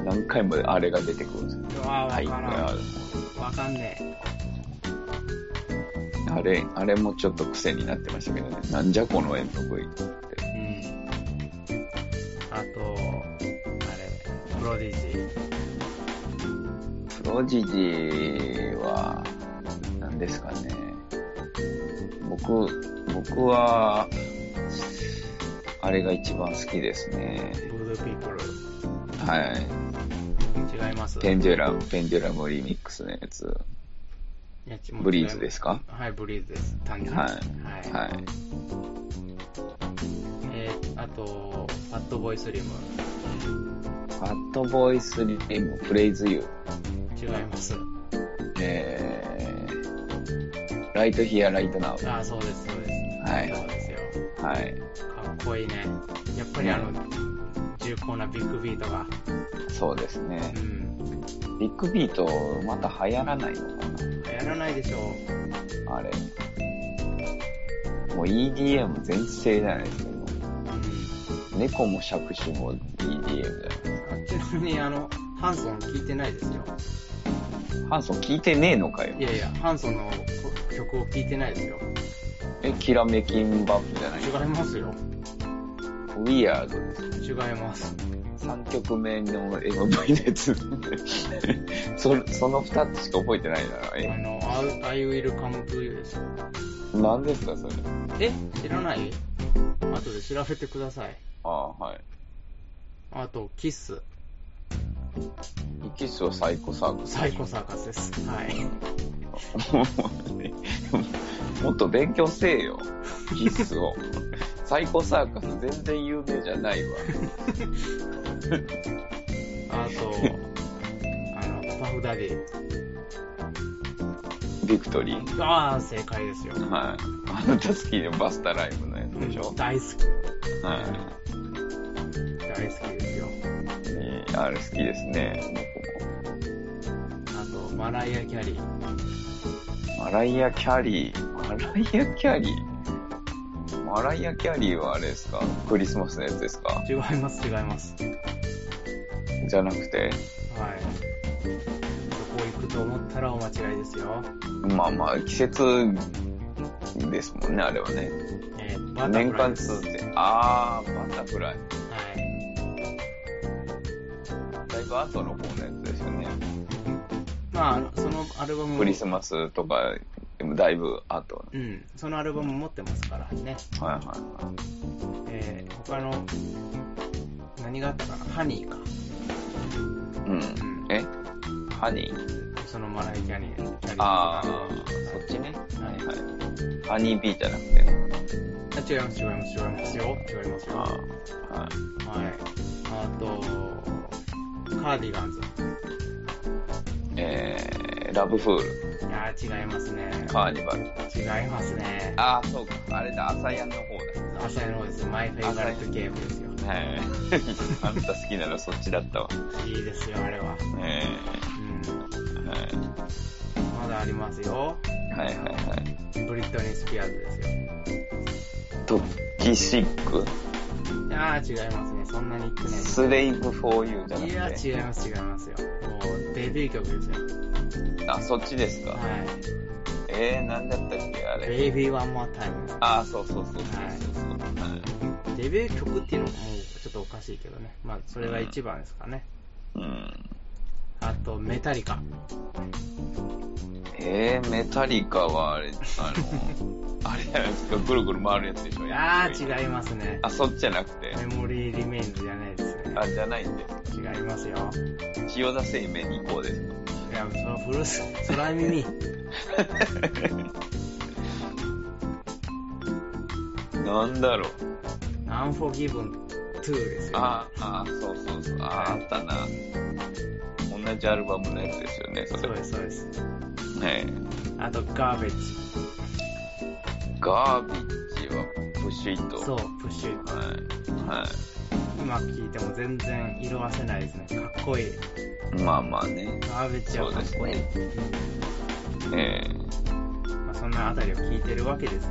Speaker 2: う、何回もあれが出てくるんですよ。
Speaker 1: うわ
Speaker 2: は
Speaker 1: ー、
Speaker 2: い、
Speaker 1: わからん。
Speaker 2: あ
Speaker 1: わかんねえ。
Speaker 2: あれ、あれもちょっと癖になってましたけどね。なんじゃこの MV って。
Speaker 1: うん。あと、あれ、プロディジー。
Speaker 2: プロジジーは、何ですかね。僕、僕は、あれが一番好きですね。
Speaker 1: ブルーピープル。
Speaker 2: はい。
Speaker 1: 違います。
Speaker 2: ペンデュラム、ペンデュラムリミックスのやつ。
Speaker 1: いやちもう
Speaker 2: ブリーズ
Speaker 1: 違いま
Speaker 2: ですか
Speaker 1: はい、ブリーズです。単純に。
Speaker 2: はい
Speaker 1: はい。
Speaker 2: はい。
Speaker 1: えー、あと、ファットボーイスリム。
Speaker 2: ファットボーイスリム、プレイズユー。
Speaker 1: 違います。
Speaker 2: えー、ライトヒア、ライトナウ。
Speaker 1: あー、そうです、そうです。
Speaker 2: はい
Speaker 1: そうですよ。
Speaker 2: はい。
Speaker 1: かっこいいね。やっぱりあの、
Speaker 2: う
Speaker 1: 重厚なビッグビートが。
Speaker 2: そうですね
Speaker 1: う。ん。
Speaker 2: ビッグビート、また流行らないのか
Speaker 1: やらないでしょう。
Speaker 2: なあれ。もう EDM 全盛じゃないですか。も
Speaker 1: うん。
Speaker 2: う猫も杓子も EDM じゃないです
Speaker 1: あちなみに、あの、ハンソン聞いてないですよ。
Speaker 2: か。ハンソン聞いてねえのかよ
Speaker 1: い。やいや、ハンソンの曲を聴いてないですよ。
Speaker 2: え、キラメキンバップじゃない
Speaker 1: 違いますよ。
Speaker 2: ウィアードです。
Speaker 1: 違います。
Speaker 2: 3曲目の MV のやつ。そその2つしか覚えてないな。
Speaker 1: あ
Speaker 2: え
Speaker 1: の、I, I will come to you ですよ。
Speaker 2: 何ですか、それ。
Speaker 1: え知らない後で調べてください。
Speaker 2: ああ、はい。
Speaker 1: あと、キッス。
Speaker 2: イキスはサイコサークス。
Speaker 1: サイコサーカスです。はい。
Speaker 2: もっと勉強せえよ。キスを。サイコサーカス全然有名じゃないわ。
Speaker 1: あと、あの、パフダディ。
Speaker 2: ビクトリー。
Speaker 1: ああ、正解ですよ。
Speaker 2: はい。あなた好きでバスタライブのやつでしょ、
Speaker 1: 大好き。
Speaker 2: は
Speaker 1: 大好きですよ。
Speaker 2: いえー。あれ好きですね。
Speaker 1: あと、マライア・キャリー。
Speaker 2: マライア・キャリー。マライア・キャリーマライア・キャリーはあれですかクリスマスのやつですか
Speaker 1: 違います、違います。はい。
Speaker 2: じゃなくて
Speaker 1: どこ行くと思ったらお間違いですよ。
Speaker 2: まあまあ、季節ですもんね、あれはね。
Speaker 1: えー、バタ
Speaker 2: 年
Speaker 1: フライ
Speaker 2: 間
Speaker 1: です。
Speaker 2: 通じて。あー、バタフライ。
Speaker 1: はい。
Speaker 2: だいぶ後の方のやつですよね。
Speaker 1: まあ、そのアルバム
Speaker 2: ク
Speaker 1: も
Speaker 2: リ、スマスとか、でもだいぶ後。
Speaker 1: うん、そのアルバムも持ってますからね。
Speaker 2: はいはいは
Speaker 1: えー、他の、何があったかなハニーか。
Speaker 2: い。うん。えハニー
Speaker 1: そのマライア・キャリー。キャリー
Speaker 2: あー、そっちね。
Speaker 1: は
Speaker 2: はいいはい。ハニービーじゃなくて
Speaker 1: あ
Speaker 2: ね。
Speaker 1: 違います、違います、違いますよ。違いますよ。
Speaker 2: あ
Speaker 1: はい。
Speaker 2: ー、はい。
Speaker 1: あと、カーディガンズ。
Speaker 2: えー、ラブフール、
Speaker 1: いやー違いますね。
Speaker 2: カーニバル。
Speaker 1: 違いますね。
Speaker 2: あー、そうか。あれだ、朝やんの方
Speaker 1: 朝のです。マイフェイバリットゲームですよ。
Speaker 2: だ。はい。 あんた好きなのそっちだったわ。
Speaker 1: いいですよ、あれは。
Speaker 2: え
Speaker 1: うん。
Speaker 2: ー、はい。
Speaker 1: まだありますよ。
Speaker 2: はいはいはい。
Speaker 1: ブリットニー・スピアーズですよ。
Speaker 2: トキシック
Speaker 1: ああ、違いますね。そんなに言って
Speaker 2: スレイブ・フォー・ユーじゃ
Speaker 1: ない。い
Speaker 2: な
Speaker 1: や、
Speaker 2: くて。
Speaker 1: 違います、違いますよ。もう、デビュー曲ですよ。
Speaker 2: あ、そっちですか。
Speaker 1: は
Speaker 2: えー、なんだったっけあ
Speaker 1: い。
Speaker 2: れ。
Speaker 1: Baby One More Time。
Speaker 2: あー、そうそうそうそうそうそう。はい
Speaker 1: デビュー曲っていうのも、ちょっとおかしいけどね。まあ、それが一番ですかね。
Speaker 2: うん。
Speaker 1: あと、メタリカ。
Speaker 2: えー、メタリカはあれ、あの、あれじゃないですか、ぐるぐる回るやつでしょ。
Speaker 1: ああ、違
Speaker 2: う。
Speaker 1: いますね。
Speaker 2: あ、そっちじゃなくて。
Speaker 1: メモリー・リメインズじゃないですね。
Speaker 2: あ、じゃないんで。
Speaker 1: 違いますよ。
Speaker 2: 千代田製麺に行こうです。
Speaker 1: いや、その古す、空耳。
Speaker 2: なんだろう。
Speaker 1: アンフォーギブン2ですよ。
Speaker 2: ああ、そうそうそう。ああったな。同じアルバムのやつですよね、それ。
Speaker 1: そうです、そうです。
Speaker 2: ね
Speaker 1: あと、ガーベッジ。
Speaker 2: ガービッジはプッシュイット。
Speaker 1: そう、プッシュ。
Speaker 2: はい。は
Speaker 1: 今聞いても全然色褪せないですね。かっこいい。
Speaker 2: い。まあまあね。
Speaker 1: ガーベッジはかっこいい。
Speaker 2: そうええ
Speaker 1: まあ、そんなあたりを聞いてるわけですよ。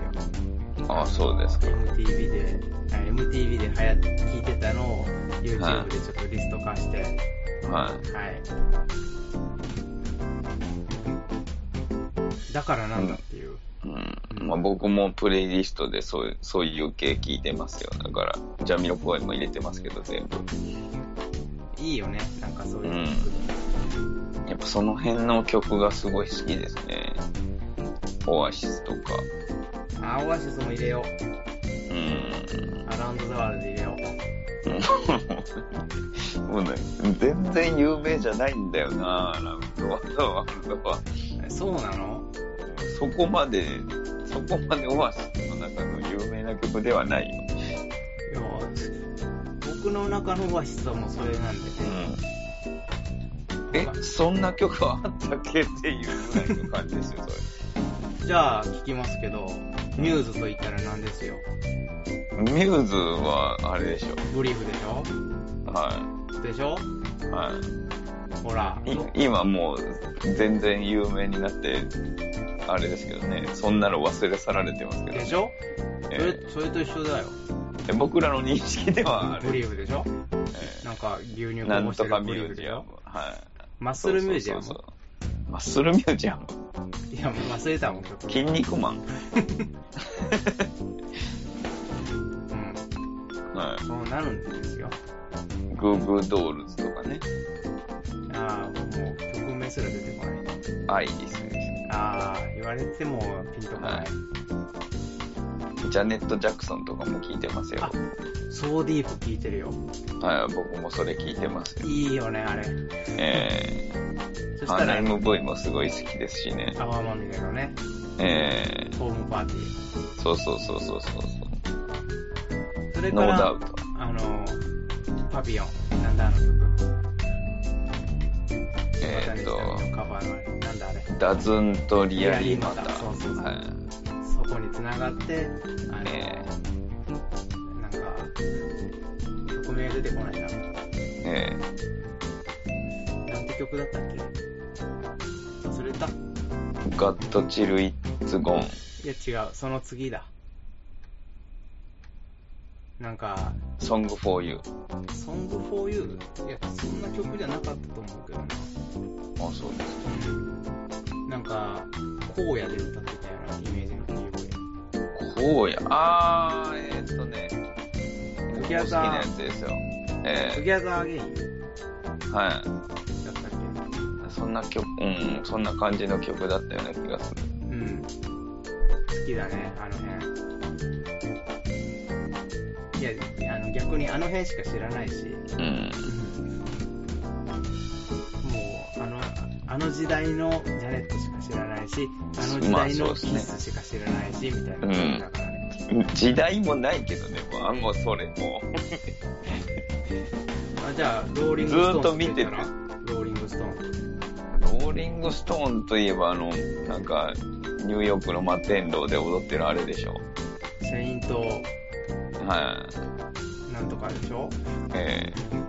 Speaker 2: ああ、そうですか。
Speaker 1: MTV で、あ MTV ではや聞いてたのを YouTube でちょっとリスト化して、
Speaker 2: は
Speaker 1: はい。だからなんだっていう。
Speaker 2: い。うん。まあ僕もプレイリストでそういうそういう系聞いてますよ。だから、ジャミロコアにも入れてますけど、全部。
Speaker 1: いいよね、なんかそういうの、
Speaker 2: うんやっぱその辺の曲がすごい好きですね。オアシスとか。
Speaker 1: あ、オアシスも入れよう。
Speaker 2: うん。
Speaker 1: アラウンドザワールド入れよう。
Speaker 2: もうね、全然有名じゃないんだよな、ラウンドワンドワンドは。
Speaker 1: えそうなの
Speaker 2: そこまで、そこまでオアシスの中の有名な曲ではないよ。
Speaker 1: いや、僕の中のオアシスはもうそれなんでね。
Speaker 2: え、そんな曲あったっけっていうぐらいの感じですよ、そ
Speaker 1: じゃあ、聞きますけど、ミューズと言ったらなんですよ。
Speaker 2: れ。ミューズは、あれでしょ。
Speaker 1: ブリーフでし
Speaker 2: は
Speaker 1: ょでしょ
Speaker 2: い。は
Speaker 1: ほら。
Speaker 2: い。い今もう、全然有名になって、あれですけどね、そんなの忘れ去られてますけど
Speaker 1: でしょそ
Speaker 2: え
Speaker 1: れ、それと一緒だよ。
Speaker 2: ー僕らの認識ではあれ
Speaker 1: ブリーフでしょ
Speaker 2: えー
Speaker 1: なんか、牛乳
Speaker 2: な
Speaker 1: こぼ
Speaker 2: ん
Speaker 1: して
Speaker 2: とか
Speaker 1: るブ
Speaker 2: ミ
Speaker 1: リー
Speaker 2: ュ
Speaker 1: フ
Speaker 2: ー
Speaker 1: で
Speaker 2: ジ
Speaker 1: し
Speaker 2: ア
Speaker 1: ょ
Speaker 2: ム。はい。
Speaker 1: マッスルミュージアム
Speaker 2: そうそうそうマッスルミュージアム
Speaker 1: いや、もう忘れたもん、ちょっと。
Speaker 2: 筋肉マン。
Speaker 1: うん。
Speaker 2: は
Speaker 1: そうなるんですよ。
Speaker 2: い。グーグードールズとかね。
Speaker 1: ああ、もう、曲名すら出てこない。
Speaker 2: アイリスです。
Speaker 1: ああ、言われてもピンとこない。
Speaker 2: ジャネット・ジャクソンとかも聞いてますよ
Speaker 1: あ。ソーディープ聞いてるよ。
Speaker 2: はい、僕もそれ聞いてますよ。
Speaker 1: いいよね、あれ。
Speaker 2: え
Speaker 1: そ
Speaker 2: ー、
Speaker 1: し
Speaker 2: あ
Speaker 1: た
Speaker 2: の
Speaker 1: ら、
Speaker 2: MV もすごい好きですしね。
Speaker 1: タワーマミレのね、
Speaker 2: え
Speaker 1: ホームパーティ
Speaker 2: ー、そうそうそうそうそうそ
Speaker 1: ー。それ
Speaker 2: う。
Speaker 1: か
Speaker 2: ノーダ
Speaker 1: ら
Speaker 2: ウ、ト。
Speaker 1: あの、パビヨン。なんだあの曲。
Speaker 2: えーっと、
Speaker 1: カバーのあれ。なんだあれ。
Speaker 2: ダズンとリアリーマタ
Speaker 1: そうそうそう
Speaker 2: ー。はい。
Speaker 1: そこに繋がって、あの、
Speaker 2: え
Speaker 1: なんか、曲名出てこないな。
Speaker 2: ー、えー、
Speaker 1: なんて曲だったっけ忘れた
Speaker 2: ガットチル・イッツ・ゴン。
Speaker 1: いや違う、その次だ。なんか、
Speaker 2: ソング・フォー・ユー。
Speaker 1: ソング for you? いや、そんな曲じゃなかったと思うけどな。
Speaker 2: あ、そうです。
Speaker 1: なんか、荒野で歌ってたようなイメージの PV。
Speaker 2: こうや。あー、えー、っとね。僕も好き
Speaker 1: ギャザー
Speaker 2: なやつですよ。え
Speaker 1: Together Again
Speaker 2: ー、はい。
Speaker 1: だったっ
Speaker 2: そんな曲、うん、そんな感じの曲だったような気がする。
Speaker 1: けうん。好きだね、あの辺。いや、あの逆にあの辺しか知らないし、
Speaker 2: うん。
Speaker 1: もう、あの、あの時代のジャネットしか知らないし、あの時
Speaker 2: まあ
Speaker 1: 代
Speaker 2: そう
Speaker 1: の
Speaker 2: です
Speaker 1: キ
Speaker 2: ね
Speaker 1: スしか知らないし、みたいな感じだからね。
Speaker 2: 時代もないけどね、もう、あんごそれも。
Speaker 1: あじゃあ、ローリング
Speaker 2: ず
Speaker 1: ストーン
Speaker 2: ーっと見てる
Speaker 1: ローリングストーン。
Speaker 2: ローリングストーンといえば、あの、なんか、ニューヨークの摩天楼で踊ってるあれでしょ。
Speaker 1: シェインと、
Speaker 2: はい、
Speaker 1: なんとかでしょ
Speaker 2: えー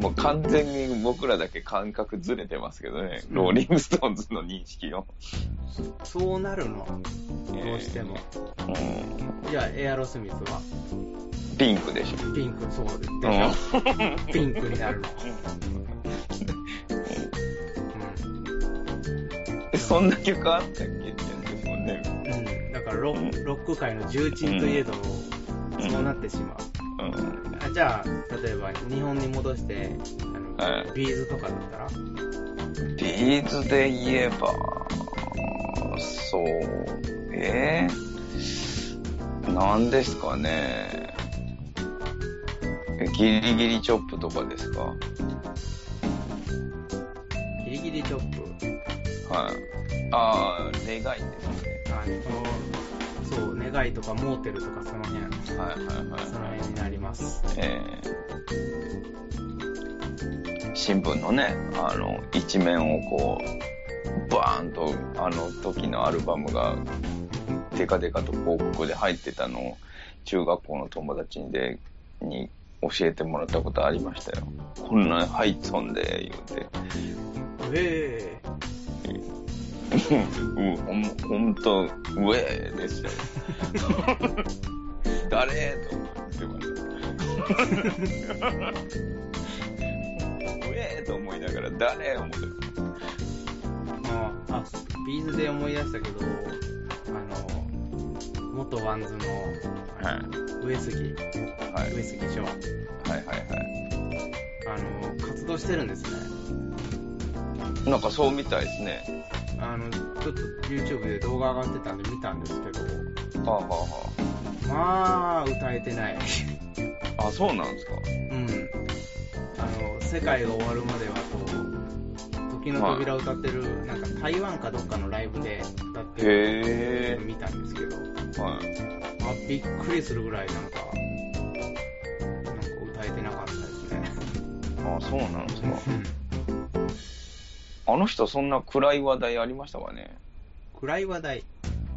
Speaker 2: もう完全に僕らだけ感覚ずれてますけどね、ローリングストーンズの認識を。
Speaker 1: そうなるの、
Speaker 2: えー
Speaker 1: どうしても。
Speaker 2: うん
Speaker 1: じゃあ、エアロスミスは、
Speaker 2: ピンクでしょ。
Speaker 1: ピンク、そうでしょ、ピンクになるの。
Speaker 2: えそんな曲あったっけって言うんですもんね。
Speaker 1: うん。うん。だからロ、ロック界の重鎮といえど、そうなってしまう。
Speaker 2: うん。
Speaker 1: あじゃあ、例えば日本に戻して、あの
Speaker 2: は
Speaker 1: ビーズとかだったら、
Speaker 2: ビーズで言えば、そう、えー、なんですかね。えギリギリチョップとかですか
Speaker 1: ギリギリチョップ、
Speaker 2: はい。ああ、願いです
Speaker 1: あのそう、願いとかモーテルとかその辺、
Speaker 2: ね。はいはいはい
Speaker 1: そ。の辺になります。
Speaker 2: えー新聞のね、あの、一面をこう、バーンと、あの時のアルバムが、デカデカと広告で入ってたのを、中学校の友達にで、に教えてもらったことありましたよ。こんなん入っとんで、言うて。
Speaker 1: ええ
Speaker 2: うん、ほん、ほんと、ウェーでしたよ。 誰と思ってました。ウェーと思いながら、誰思って
Speaker 1: ああ、ビーズで思い出したけど、あの、元ワンズの
Speaker 2: まはい。
Speaker 1: 上杉、
Speaker 2: はい。
Speaker 1: 上杉翔、
Speaker 2: はいはいは
Speaker 1: あの、活動してるんですね。
Speaker 2: い。なんかそうみたいですね。
Speaker 1: あの、ちょっと YouTube で動画上がってたんで見たんですけど、
Speaker 2: はあはあ
Speaker 1: まあ、歌えてない。
Speaker 2: はあ。あ、そうなんですか。
Speaker 1: うん。あの、世界が終わるまではこう、時の扉を歌ってる、なんか台湾かどっかのライブで歌ってる
Speaker 2: へ
Speaker 1: のを見たんですけど、
Speaker 2: え。はい。
Speaker 1: まあ、びっくりするぐらいなんか、なんか歌えてなかったですね。
Speaker 2: あ、そうなんですか。 あの人そんな暗い話題ありましたかね
Speaker 1: 暗い話題。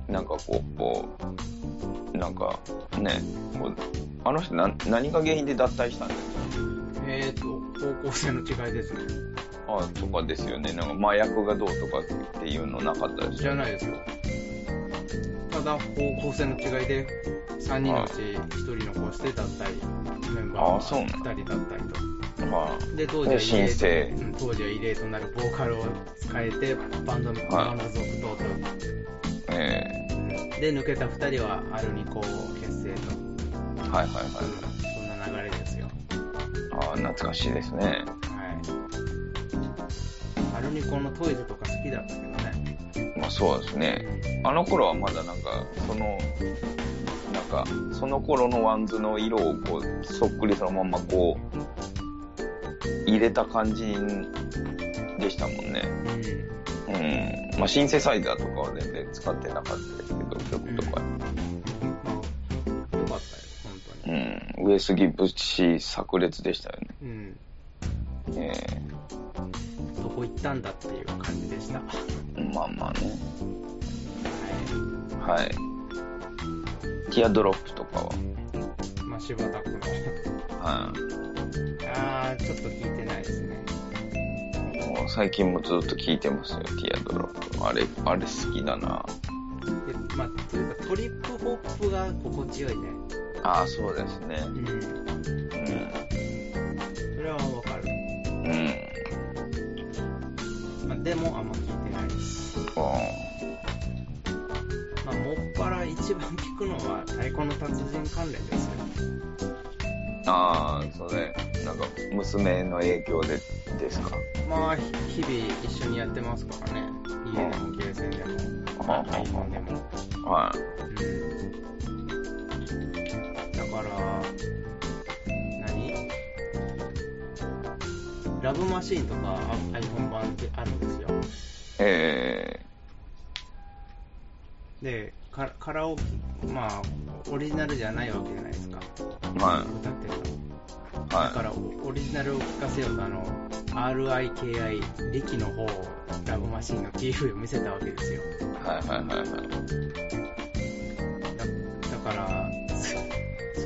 Speaker 2: なんかこう、こう、なんかね、こうあの人な何が原因で脱退したんですか
Speaker 1: えーと、方向性の違いですね。
Speaker 2: あとかですよね。なんか麻薬がどうとかっていうのなかったです
Speaker 1: じゃないですよ。ただ、方向性の違いで、3人のうち1人の子をしてだったり、メン
Speaker 2: あ
Speaker 1: バ
Speaker 2: ーそう
Speaker 1: ー
Speaker 2: なの
Speaker 1: が2人だったりと。
Speaker 2: は
Speaker 1: で当時は異
Speaker 2: 新
Speaker 1: 例と
Speaker 2: 生
Speaker 1: うん当時は異例となるボーカルを使えてバンドの、バンド続投と、
Speaker 2: い。え
Speaker 1: うんで抜けた2人はアルニコを結成と、
Speaker 2: えはいはいは
Speaker 1: そんな流れですよ
Speaker 2: い。ああ、懐かしいですね。
Speaker 1: はいアルニコのトイズとか好きだったけどね
Speaker 2: まあそうですね。あの頃はまだなんか、その、なんかか、その頃のワンズの色をこう、そっくりそのままこう、入れた感じでしたもんね。うん。まあ、シンセサイザーとかは全然使ってなかったですけど、曲と
Speaker 1: よ
Speaker 2: かに。
Speaker 1: かったよ、本当に。
Speaker 2: うん。上杉ブッシー炸裂でしたよ
Speaker 1: うん。
Speaker 2: ね。
Speaker 1: どこ行ったんだっていう感じでした。はい。
Speaker 2: ええまあまあね。はい。ティアドロップとかは。
Speaker 1: まあ、柴田君の。
Speaker 2: は
Speaker 1: あー、ちょっと聞いてないですね。
Speaker 2: い。もう最近もずっと聴いてますよ、ティアドロップ。あれ、あれ好きだな。
Speaker 1: でまあ、というかトリップホップが心地よいね。
Speaker 2: ああ、そうですね。
Speaker 1: うん。それはわかる。
Speaker 2: うん。うん。
Speaker 1: まあ、でも、あんま聞いてないし。
Speaker 2: あ
Speaker 1: まあ、もっぱら一番聞くのは太鼓の達人関連ですよ。
Speaker 2: あー、それ、なんか、娘の影響で、ですか。
Speaker 1: まあ、ひ日々一緒にやってますからね。家でもゲーセンでも、
Speaker 2: は
Speaker 1: iPhone でも。
Speaker 2: い。は
Speaker 1: うん。だから、何ラブマシーンとかあ iPhone 版ってあるんですよ。
Speaker 2: い。え
Speaker 1: で、カラカラオケ、まあ、オリジナルじゃないわけじゃないですか。
Speaker 2: ー、は
Speaker 1: 歌ってるの。
Speaker 2: い。
Speaker 1: だか
Speaker 2: は
Speaker 1: らオオリジナルを聞かせようとあの RIKI 力の方をラブマシーンの PV を見せたわけですよ
Speaker 2: い。はいはいはいはい。
Speaker 1: だだから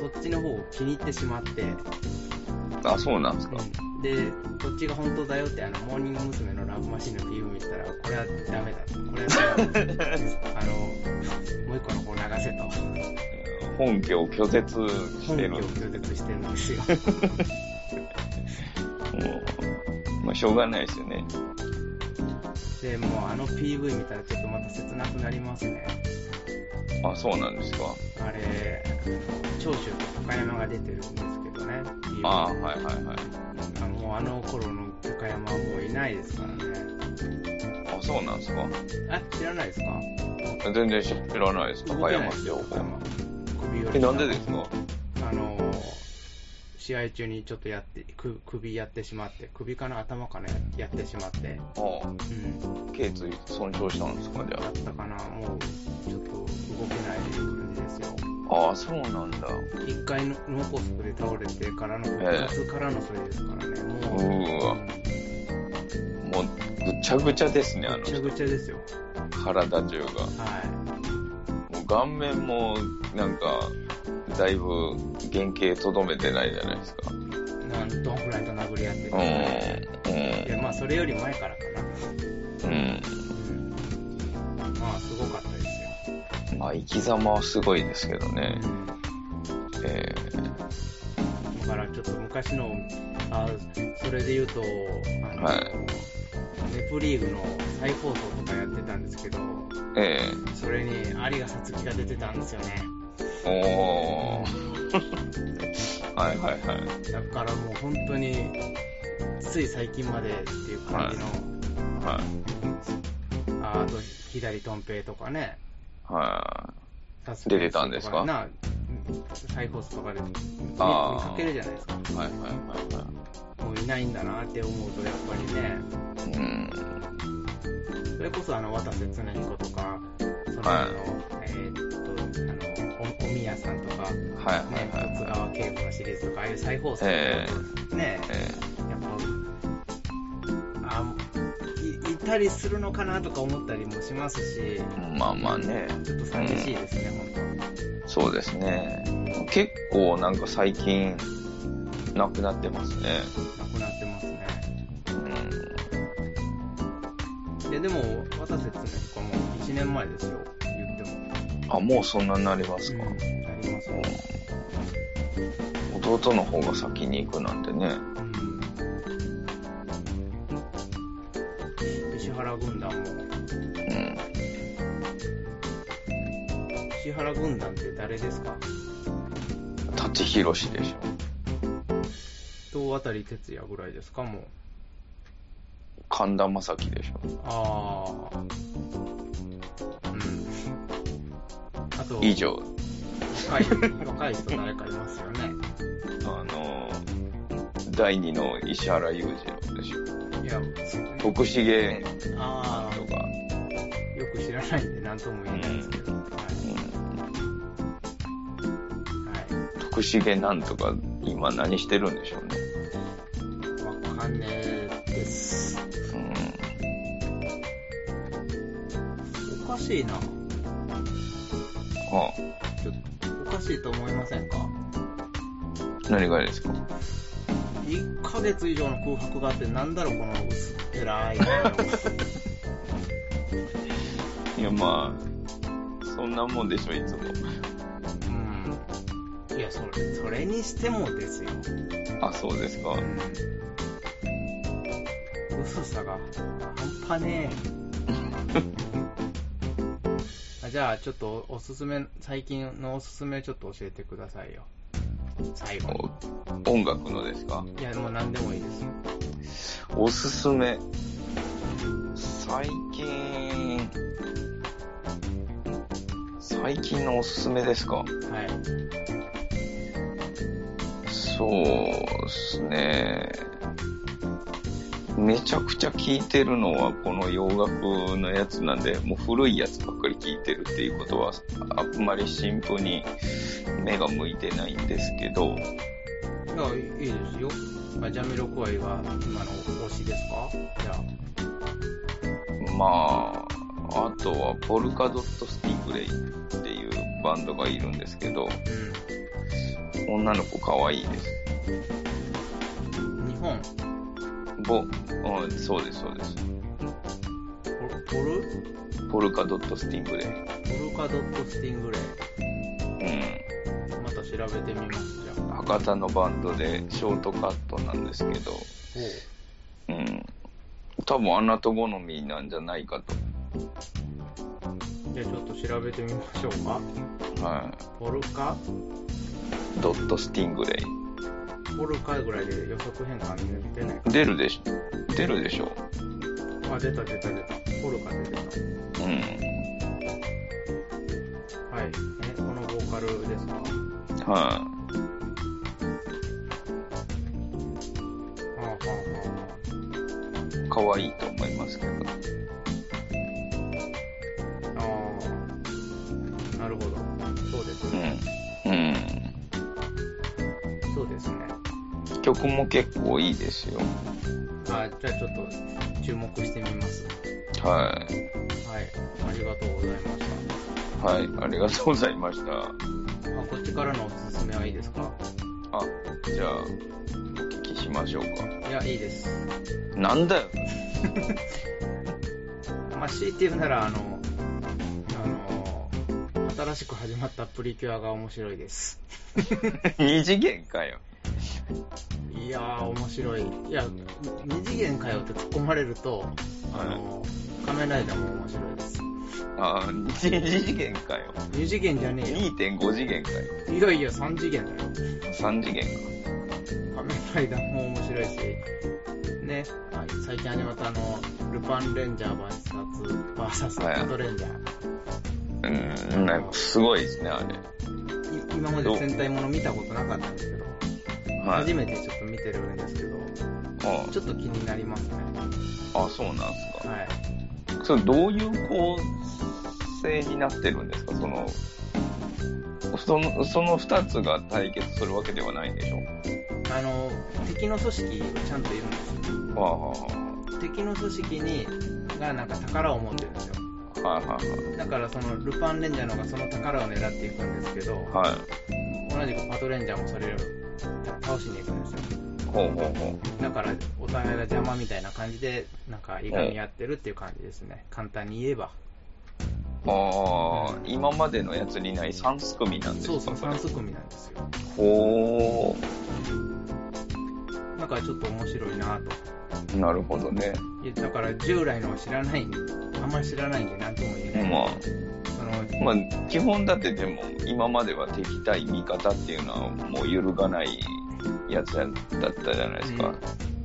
Speaker 1: そそっちの方を気に入ってしまって、
Speaker 2: あ、そうなんですか。
Speaker 1: でこっちが本当だよってあのモーニング娘。のラブマシーンの PV 見てたらこれはダメだこれはあのもう一個の方流せと
Speaker 2: 本家を拒絶し
Speaker 1: 本
Speaker 2: て
Speaker 1: 気
Speaker 2: る
Speaker 1: を。拒絶してるんですよ
Speaker 2: うんまあ、しょうがないですよね。
Speaker 1: でもうあの PV 見たらちょっとまた切なくなりますね
Speaker 2: あ、そうなんですか。
Speaker 1: あれ、長州と高山が出てるんですけどね。
Speaker 2: あー、はいはいはい。
Speaker 1: あもうあの頃の高山はもういないですからね。
Speaker 2: あ、そうなんですか。
Speaker 1: え、知らないですか
Speaker 2: 全然知らないです。高山っ
Speaker 1: 動
Speaker 2: て
Speaker 1: けないですよ高山首を
Speaker 2: え、なんでですか
Speaker 1: あの、試合中にちょっとやって、く首やってしまって、首かな頭かなやってしまって、
Speaker 2: ああ、
Speaker 1: うん、
Speaker 2: 頸椎損傷したんですか、じゃ
Speaker 1: だったかな。もう、ちょっと動けない感じですよ。
Speaker 2: あ。ああ、そうなんだ。
Speaker 1: 一回の脳梗塞で倒れてからの復活からのそれですからね。
Speaker 2: う
Speaker 1: もう、
Speaker 2: ーわ。もう、ぐちゃぐちゃですね、あ
Speaker 1: ぐ
Speaker 2: の
Speaker 1: ちゃ
Speaker 2: 人
Speaker 1: ぐちゃですよ。
Speaker 2: 体中が。
Speaker 1: は
Speaker 2: もう顔面も、なんか、だいぶ原型とどめてないじゃないですか。うん
Speaker 1: い。なんドンフライと殴り合ってて。。いや、まあ、それより前からか
Speaker 2: うん。うん。
Speaker 1: な。まあ、すごかったですよ。
Speaker 2: まあ、生き様はすごいですけどね。
Speaker 1: うん
Speaker 2: え
Speaker 1: だから、ちょっと昔の、あそれで言うと、あの、
Speaker 2: はい
Speaker 1: ネプリーグの再放送とかやってたんですけど、
Speaker 2: ー、え
Speaker 1: それに有賀さつきが出てたんですよね。
Speaker 2: ー、おー。はいはいはい。
Speaker 1: だからもう本当に、つい最近までっていう感じの、
Speaker 2: はい。
Speaker 1: ああと、左とん平とかね、
Speaker 2: は
Speaker 1: 出
Speaker 2: 出てたんですか
Speaker 1: な再放送とかで見見
Speaker 2: あー
Speaker 1: かけるじゃないですか。
Speaker 2: い。はいはいはいは
Speaker 1: もういないんだなって思うと、やっぱりね、
Speaker 2: い。うん。
Speaker 1: それこそあの、渡瀬恒彦とか、その、
Speaker 2: はい
Speaker 1: あのえーっと、あの、おおみやさんとか、ね、
Speaker 2: はいはいは
Speaker 1: 十
Speaker 2: い
Speaker 1: 津
Speaker 2: はい。
Speaker 1: 川警部のシリーズとか、ああいう再放送とか、
Speaker 2: え
Speaker 1: ね、
Speaker 2: え
Speaker 1: やっぱ、あーいいたりするのかなとか思ったりもしますし、
Speaker 2: ー、まあまあね。
Speaker 1: ちょっと寂しいですね、本
Speaker 2: そうですね。結構なんか最近、なくなってますね。
Speaker 1: 当なくなってますね。
Speaker 2: うん。
Speaker 1: いやでも、渡瀬恒彦はもう1年前ですよ、言っても。
Speaker 2: あ、もうそんなになりますか。
Speaker 1: うんありますよ。
Speaker 2: うん弟の方が先に行くなんてね。
Speaker 1: うん。石原軍団も、
Speaker 2: うん。
Speaker 1: 石原軍団って誰ですか
Speaker 2: 舘ひろしでしょ。
Speaker 1: と渡哲也ぐらいですかもう。
Speaker 2: 神田正輝でしょ。
Speaker 1: ああ。うん。あと、
Speaker 2: 以上。
Speaker 1: 若い、若い人誰かいますよね。
Speaker 2: あのー第二の石原裕次郎でしょ。
Speaker 1: いや、
Speaker 2: 徳重
Speaker 1: あ
Speaker 2: とか、
Speaker 1: あ、よく知らないんで何とも言えないですけど。は
Speaker 2: うん
Speaker 1: い。
Speaker 2: 徳重なんとか、今何してるんでしょうね。
Speaker 1: はい。わかんねえです。おかしいな。
Speaker 2: うん。は
Speaker 1: ちょっと、おかしいと思いませんか
Speaker 2: あ、何がですか
Speaker 1: ?1 ヶ月以上の空白があって、なんだろう、この薄っぺらい。
Speaker 2: いや、まあ、そんなもんでしょ、いつも。
Speaker 1: うん。いや、それ、それにしてもですよ。
Speaker 2: あ、そうですか。
Speaker 1: うん。薄さが半端ねえ。あじゃあ、ちょっとおすすめ、最近のおすすめちょっと教えてくださいよ。最後に。
Speaker 2: お音楽のですか
Speaker 1: いや、もう何でもいいですよ。
Speaker 2: おすすめ。最近、最近のおすすめですか
Speaker 1: はい。
Speaker 2: そうですね。めちゃくちゃ聴いてるのはこの洋楽のやつなんで、もう古いやつばっかり聴いてるっていうことは、あんまり新婦に目が向いてないんですけど、
Speaker 1: いや、いいですよ。あジャミロクワイは今の推しですかじゃあ。
Speaker 2: まあ、あとはポルカドットスティングレイっていうバンドがいるんですけど、女の子可愛いです。
Speaker 1: うん。日本、
Speaker 2: ぼ、うん、そうです、そうです。
Speaker 1: ポル、ポル
Speaker 2: ポルカドットスティングレイ。
Speaker 1: ポルカドットスティングレイ。
Speaker 2: うん。
Speaker 1: また調べてみます、じゃあ。
Speaker 2: 博多のバンドでショートカットなんですけど、
Speaker 1: おう
Speaker 2: うん、多分あなた好みなんじゃないか
Speaker 1: じゃあちょっと調べてみましょうか。
Speaker 2: と、は
Speaker 1: ポルカ
Speaker 2: い、ドットスティングレイ
Speaker 1: ポルカぐらいで予測変換出てないか
Speaker 2: 出るでしょ出るでしょ、
Speaker 1: あ、出た出た出た。ポルカ出て
Speaker 2: うん
Speaker 1: た。はい。え、このボーカルですか
Speaker 2: は
Speaker 1: ああ、は
Speaker 2: あ、可愛いと思いますけど、
Speaker 1: あ、はあ、ああ。なるほど。そうですね。
Speaker 2: うんうん、
Speaker 1: そうですね。
Speaker 2: 曲も結構いいですよ
Speaker 1: あ、じゃあちょっと注目してみます。
Speaker 2: はい
Speaker 1: はい。ありがとうございまし
Speaker 2: はいありがとうございました
Speaker 1: た。あ、こっちからのおすすめはいいですか
Speaker 2: あじゃあお聞きしましょうか
Speaker 1: いや、いいです。
Speaker 2: なんだよ
Speaker 1: まあ、強いて言うなら、あの、あの、新しく始まったプリキュアが面白いです。
Speaker 2: 二次元かよ
Speaker 1: いやー、面白い。いや、二次元かよって突っ込まれると、あの、仮面ライダーも面白いです。
Speaker 2: あ二次元かよ
Speaker 1: 二次元じゃねえ
Speaker 2: 2.5次元かよ
Speaker 1: よ。いやいや、三次元だよ。
Speaker 2: 3次元
Speaker 1: 仮面ライダーも面白いし、ね、はい最近始まったあの、ルパンレンジャー VS、バーサスカットレンジャー。
Speaker 2: か。うん、なんかすごいですね、あれ。
Speaker 1: い今まで戦隊もの見たことなかったんですけど、
Speaker 2: はい。
Speaker 1: 初めてちょっと見てるんですけど、ちょっと気になりますね。
Speaker 2: ああ、そうなんですか。
Speaker 1: はい。
Speaker 2: それどういう構成になってるんですかその、その、その2つが対決するわけではないんでしょ
Speaker 1: あの敵の組織がちゃんといるんですよ
Speaker 2: ああ、は
Speaker 1: 敵の組織にがなんか宝を持ってるんですよ
Speaker 2: あ、はいはい
Speaker 1: だからそのルパンレンジャーの方がその宝を狙っていくんですけど
Speaker 2: はい。は
Speaker 1: 同
Speaker 2: い。
Speaker 1: じくパトレンジャーもそれを倒しに行くんですよ
Speaker 2: ほうほうほ
Speaker 1: だからお互いが邪魔みたいな感じでなんかいがみ合ってるっていう感じですね簡単に言えば
Speaker 2: う。ああ、今までのやつにない3組なんです
Speaker 1: そ
Speaker 2: か
Speaker 1: うそう
Speaker 2: れ
Speaker 1: 3組なんですよ
Speaker 2: ほ
Speaker 1: だからちょっと面白いなと
Speaker 2: う。なるほどね。
Speaker 1: いやだから従来のは知らないあんまり知らないんで何とも言えない、
Speaker 2: まあ、
Speaker 1: その
Speaker 2: まあ、基本だってでも、今までは敵対味方っていうのはもう揺るがないやつやだったじゃないですか。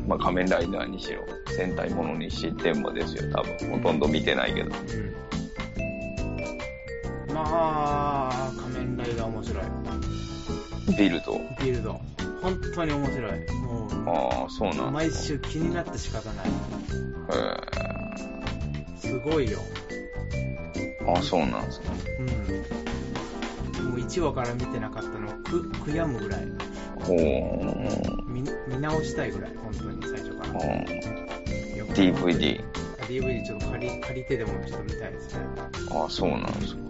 Speaker 2: まあ、仮面ライダーにしろ、戦隊ものにしてもですよ、多分。ほとんど見てないけど。
Speaker 1: うん、まあ、仮面ライダー面白い。
Speaker 2: ビルド。
Speaker 1: ビルド。本当に面白い。も
Speaker 2: ああ、そう
Speaker 1: う、
Speaker 2: なん
Speaker 1: 毎週気になって仕方ない。
Speaker 2: へえ。
Speaker 1: すごいよ。
Speaker 2: ああ、そうなんですね。
Speaker 1: うん。もう1話から見てなかったのをく悔やむぐらい。
Speaker 2: ほう。
Speaker 1: 見見直したいぐらい、本当に最初から。
Speaker 2: うん
Speaker 1: よく
Speaker 2: DVD。
Speaker 1: DVD ちょっと借り借りてでもちょっと見たいですね。
Speaker 2: ああ、そうなんですか。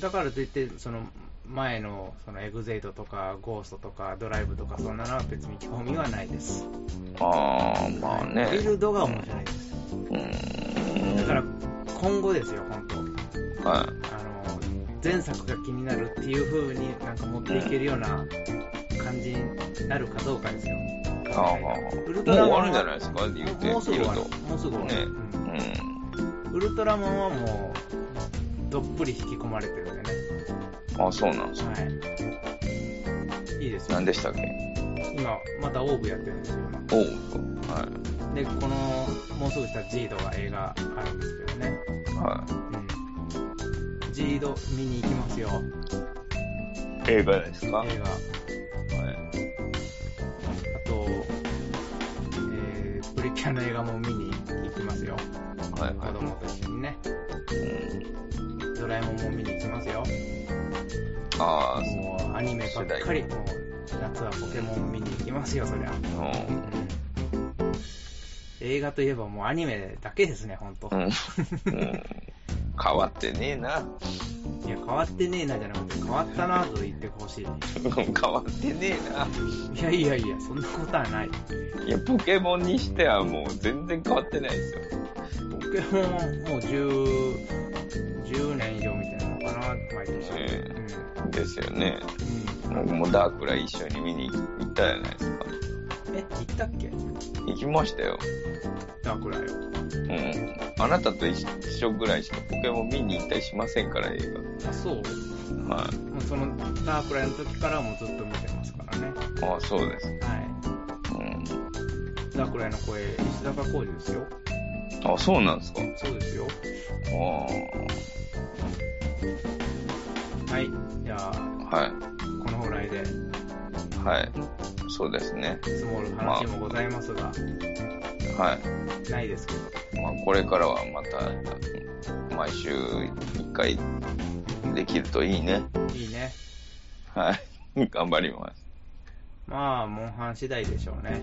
Speaker 1: だからといって、その前のそのエグゼイトとかゴーストとかドライブとかそんなのは別に興味はないです。
Speaker 2: ああー、まあ
Speaker 1: ビ
Speaker 2: ね。
Speaker 1: ルドが面白いです。
Speaker 2: う
Speaker 1: だから
Speaker 2: ん。
Speaker 1: 今後ですよ、本当。
Speaker 2: は
Speaker 1: あの前作が気になるっていう風になんか持っていけるような感じになるかどうかですよ。
Speaker 2: い。ああ、も
Speaker 1: ウ
Speaker 2: う
Speaker 1: ルト
Speaker 2: 終
Speaker 1: ラマン
Speaker 2: わるんじゃない
Speaker 1: い
Speaker 2: ですか言うて、
Speaker 1: もうす
Speaker 2: ビ
Speaker 1: ぐ
Speaker 2: ル
Speaker 1: 終わる
Speaker 2: ド。。
Speaker 1: もうすぐ終わる。うん
Speaker 2: うん。
Speaker 1: ウルトラマンはもう、どっぷり引き込まれてるんでね。
Speaker 2: ああ、そうなんですか。
Speaker 1: はい。いいですよ
Speaker 2: 何。でしたっけ
Speaker 1: 今、またオーブやってるんですよ、今
Speaker 2: オーブ。はい。
Speaker 1: で、この、もうすぐしたらジードが映画あるんですけどね。
Speaker 2: は
Speaker 1: うん。ジード見に行きますよ、
Speaker 2: い。映画ですかは
Speaker 1: 映画。
Speaker 2: い。
Speaker 1: あと、えー、プリキュアの映画も見に行きますよ。
Speaker 2: はい
Speaker 1: 子
Speaker 2: は
Speaker 1: 供と一緒にね。
Speaker 2: い。うん
Speaker 1: ドラえもんも見に行きますよ。
Speaker 2: ああ、
Speaker 1: もう、アニメばっかり。もう、夏はポケモンも見に行きますよ、そりゃ。
Speaker 2: うん
Speaker 1: 映画といえばもうアニメだけですね、ほんと。
Speaker 2: うん。
Speaker 1: い
Speaker 2: うん変わってねえな。
Speaker 1: や、変わってねえなじゃなくて、変わったなと言ってほしい。い
Speaker 2: 変わってねえな。
Speaker 1: やいやいや、そんなことはない。
Speaker 2: いや、ポケモンにしてはもう全然変わってないですよ。
Speaker 1: ポケモンはもう10、10年以上見てるのかな、毎年。
Speaker 2: え
Speaker 1: うん。
Speaker 2: ですよね。
Speaker 1: うん
Speaker 2: 僕もダークラ一緒に見に行ったじゃないですか。
Speaker 1: え、行ったっけ
Speaker 2: 行きましたよ。
Speaker 1: ダークライ
Speaker 2: うん。あなたと一緒ぐらいしかポケモン見に行ったりしませんから、映
Speaker 1: オ。あ、そう
Speaker 2: 画。はい。
Speaker 1: もうそのダークライの時からもうずっと見てますからね。
Speaker 2: ああ、そうです。
Speaker 1: は
Speaker 2: うん。
Speaker 1: い。ダークライの声、石坂浩二ですよ。
Speaker 2: あ、そうなんですか。
Speaker 1: そうですよ。
Speaker 2: あ
Speaker 1: はい。じゃあ、
Speaker 2: あ。はい。
Speaker 1: このぐらいで。
Speaker 2: はい。そうですね。
Speaker 1: 積もる話もございますが、
Speaker 2: はい。
Speaker 1: ないですけど、
Speaker 2: まあ、これからはまた、毎週1回できるといいね。
Speaker 1: いいね。
Speaker 2: はい。頑張ります。
Speaker 1: まあ、モンハン次第でしょうね。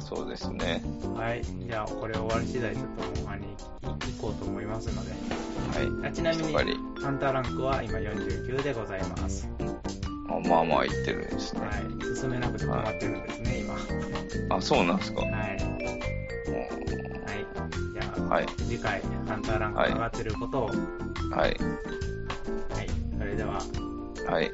Speaker 2: そうですね。
Speaker 1: はい。じゃあ、これ終わり次第、ちょっとモンハンに行こうと思いますので。
Speaker 2: はい。
Speaker 1: あちなみに
Speaker 2: やっぱり、
Speaker 1: ハンターランクは今49でございます。
Speaker 2: あまあまあ言ってるんですね。
Speaker 1: はい。進めなくて困ってるんですね、今。は
Speaker 2: あ、そうなんですか。
Speaker 1: い。はい。
Speaker 2: う
Speaker 1: じゃ
Speaker 2: ん
Speaker 1: あ、
Speaker 2: はい。
Speaker 1: 次回、ハンターランクが上がってることを、はい。
Speaker 2: はい。
Speaker 1: それでは、
Speaker 2: はい。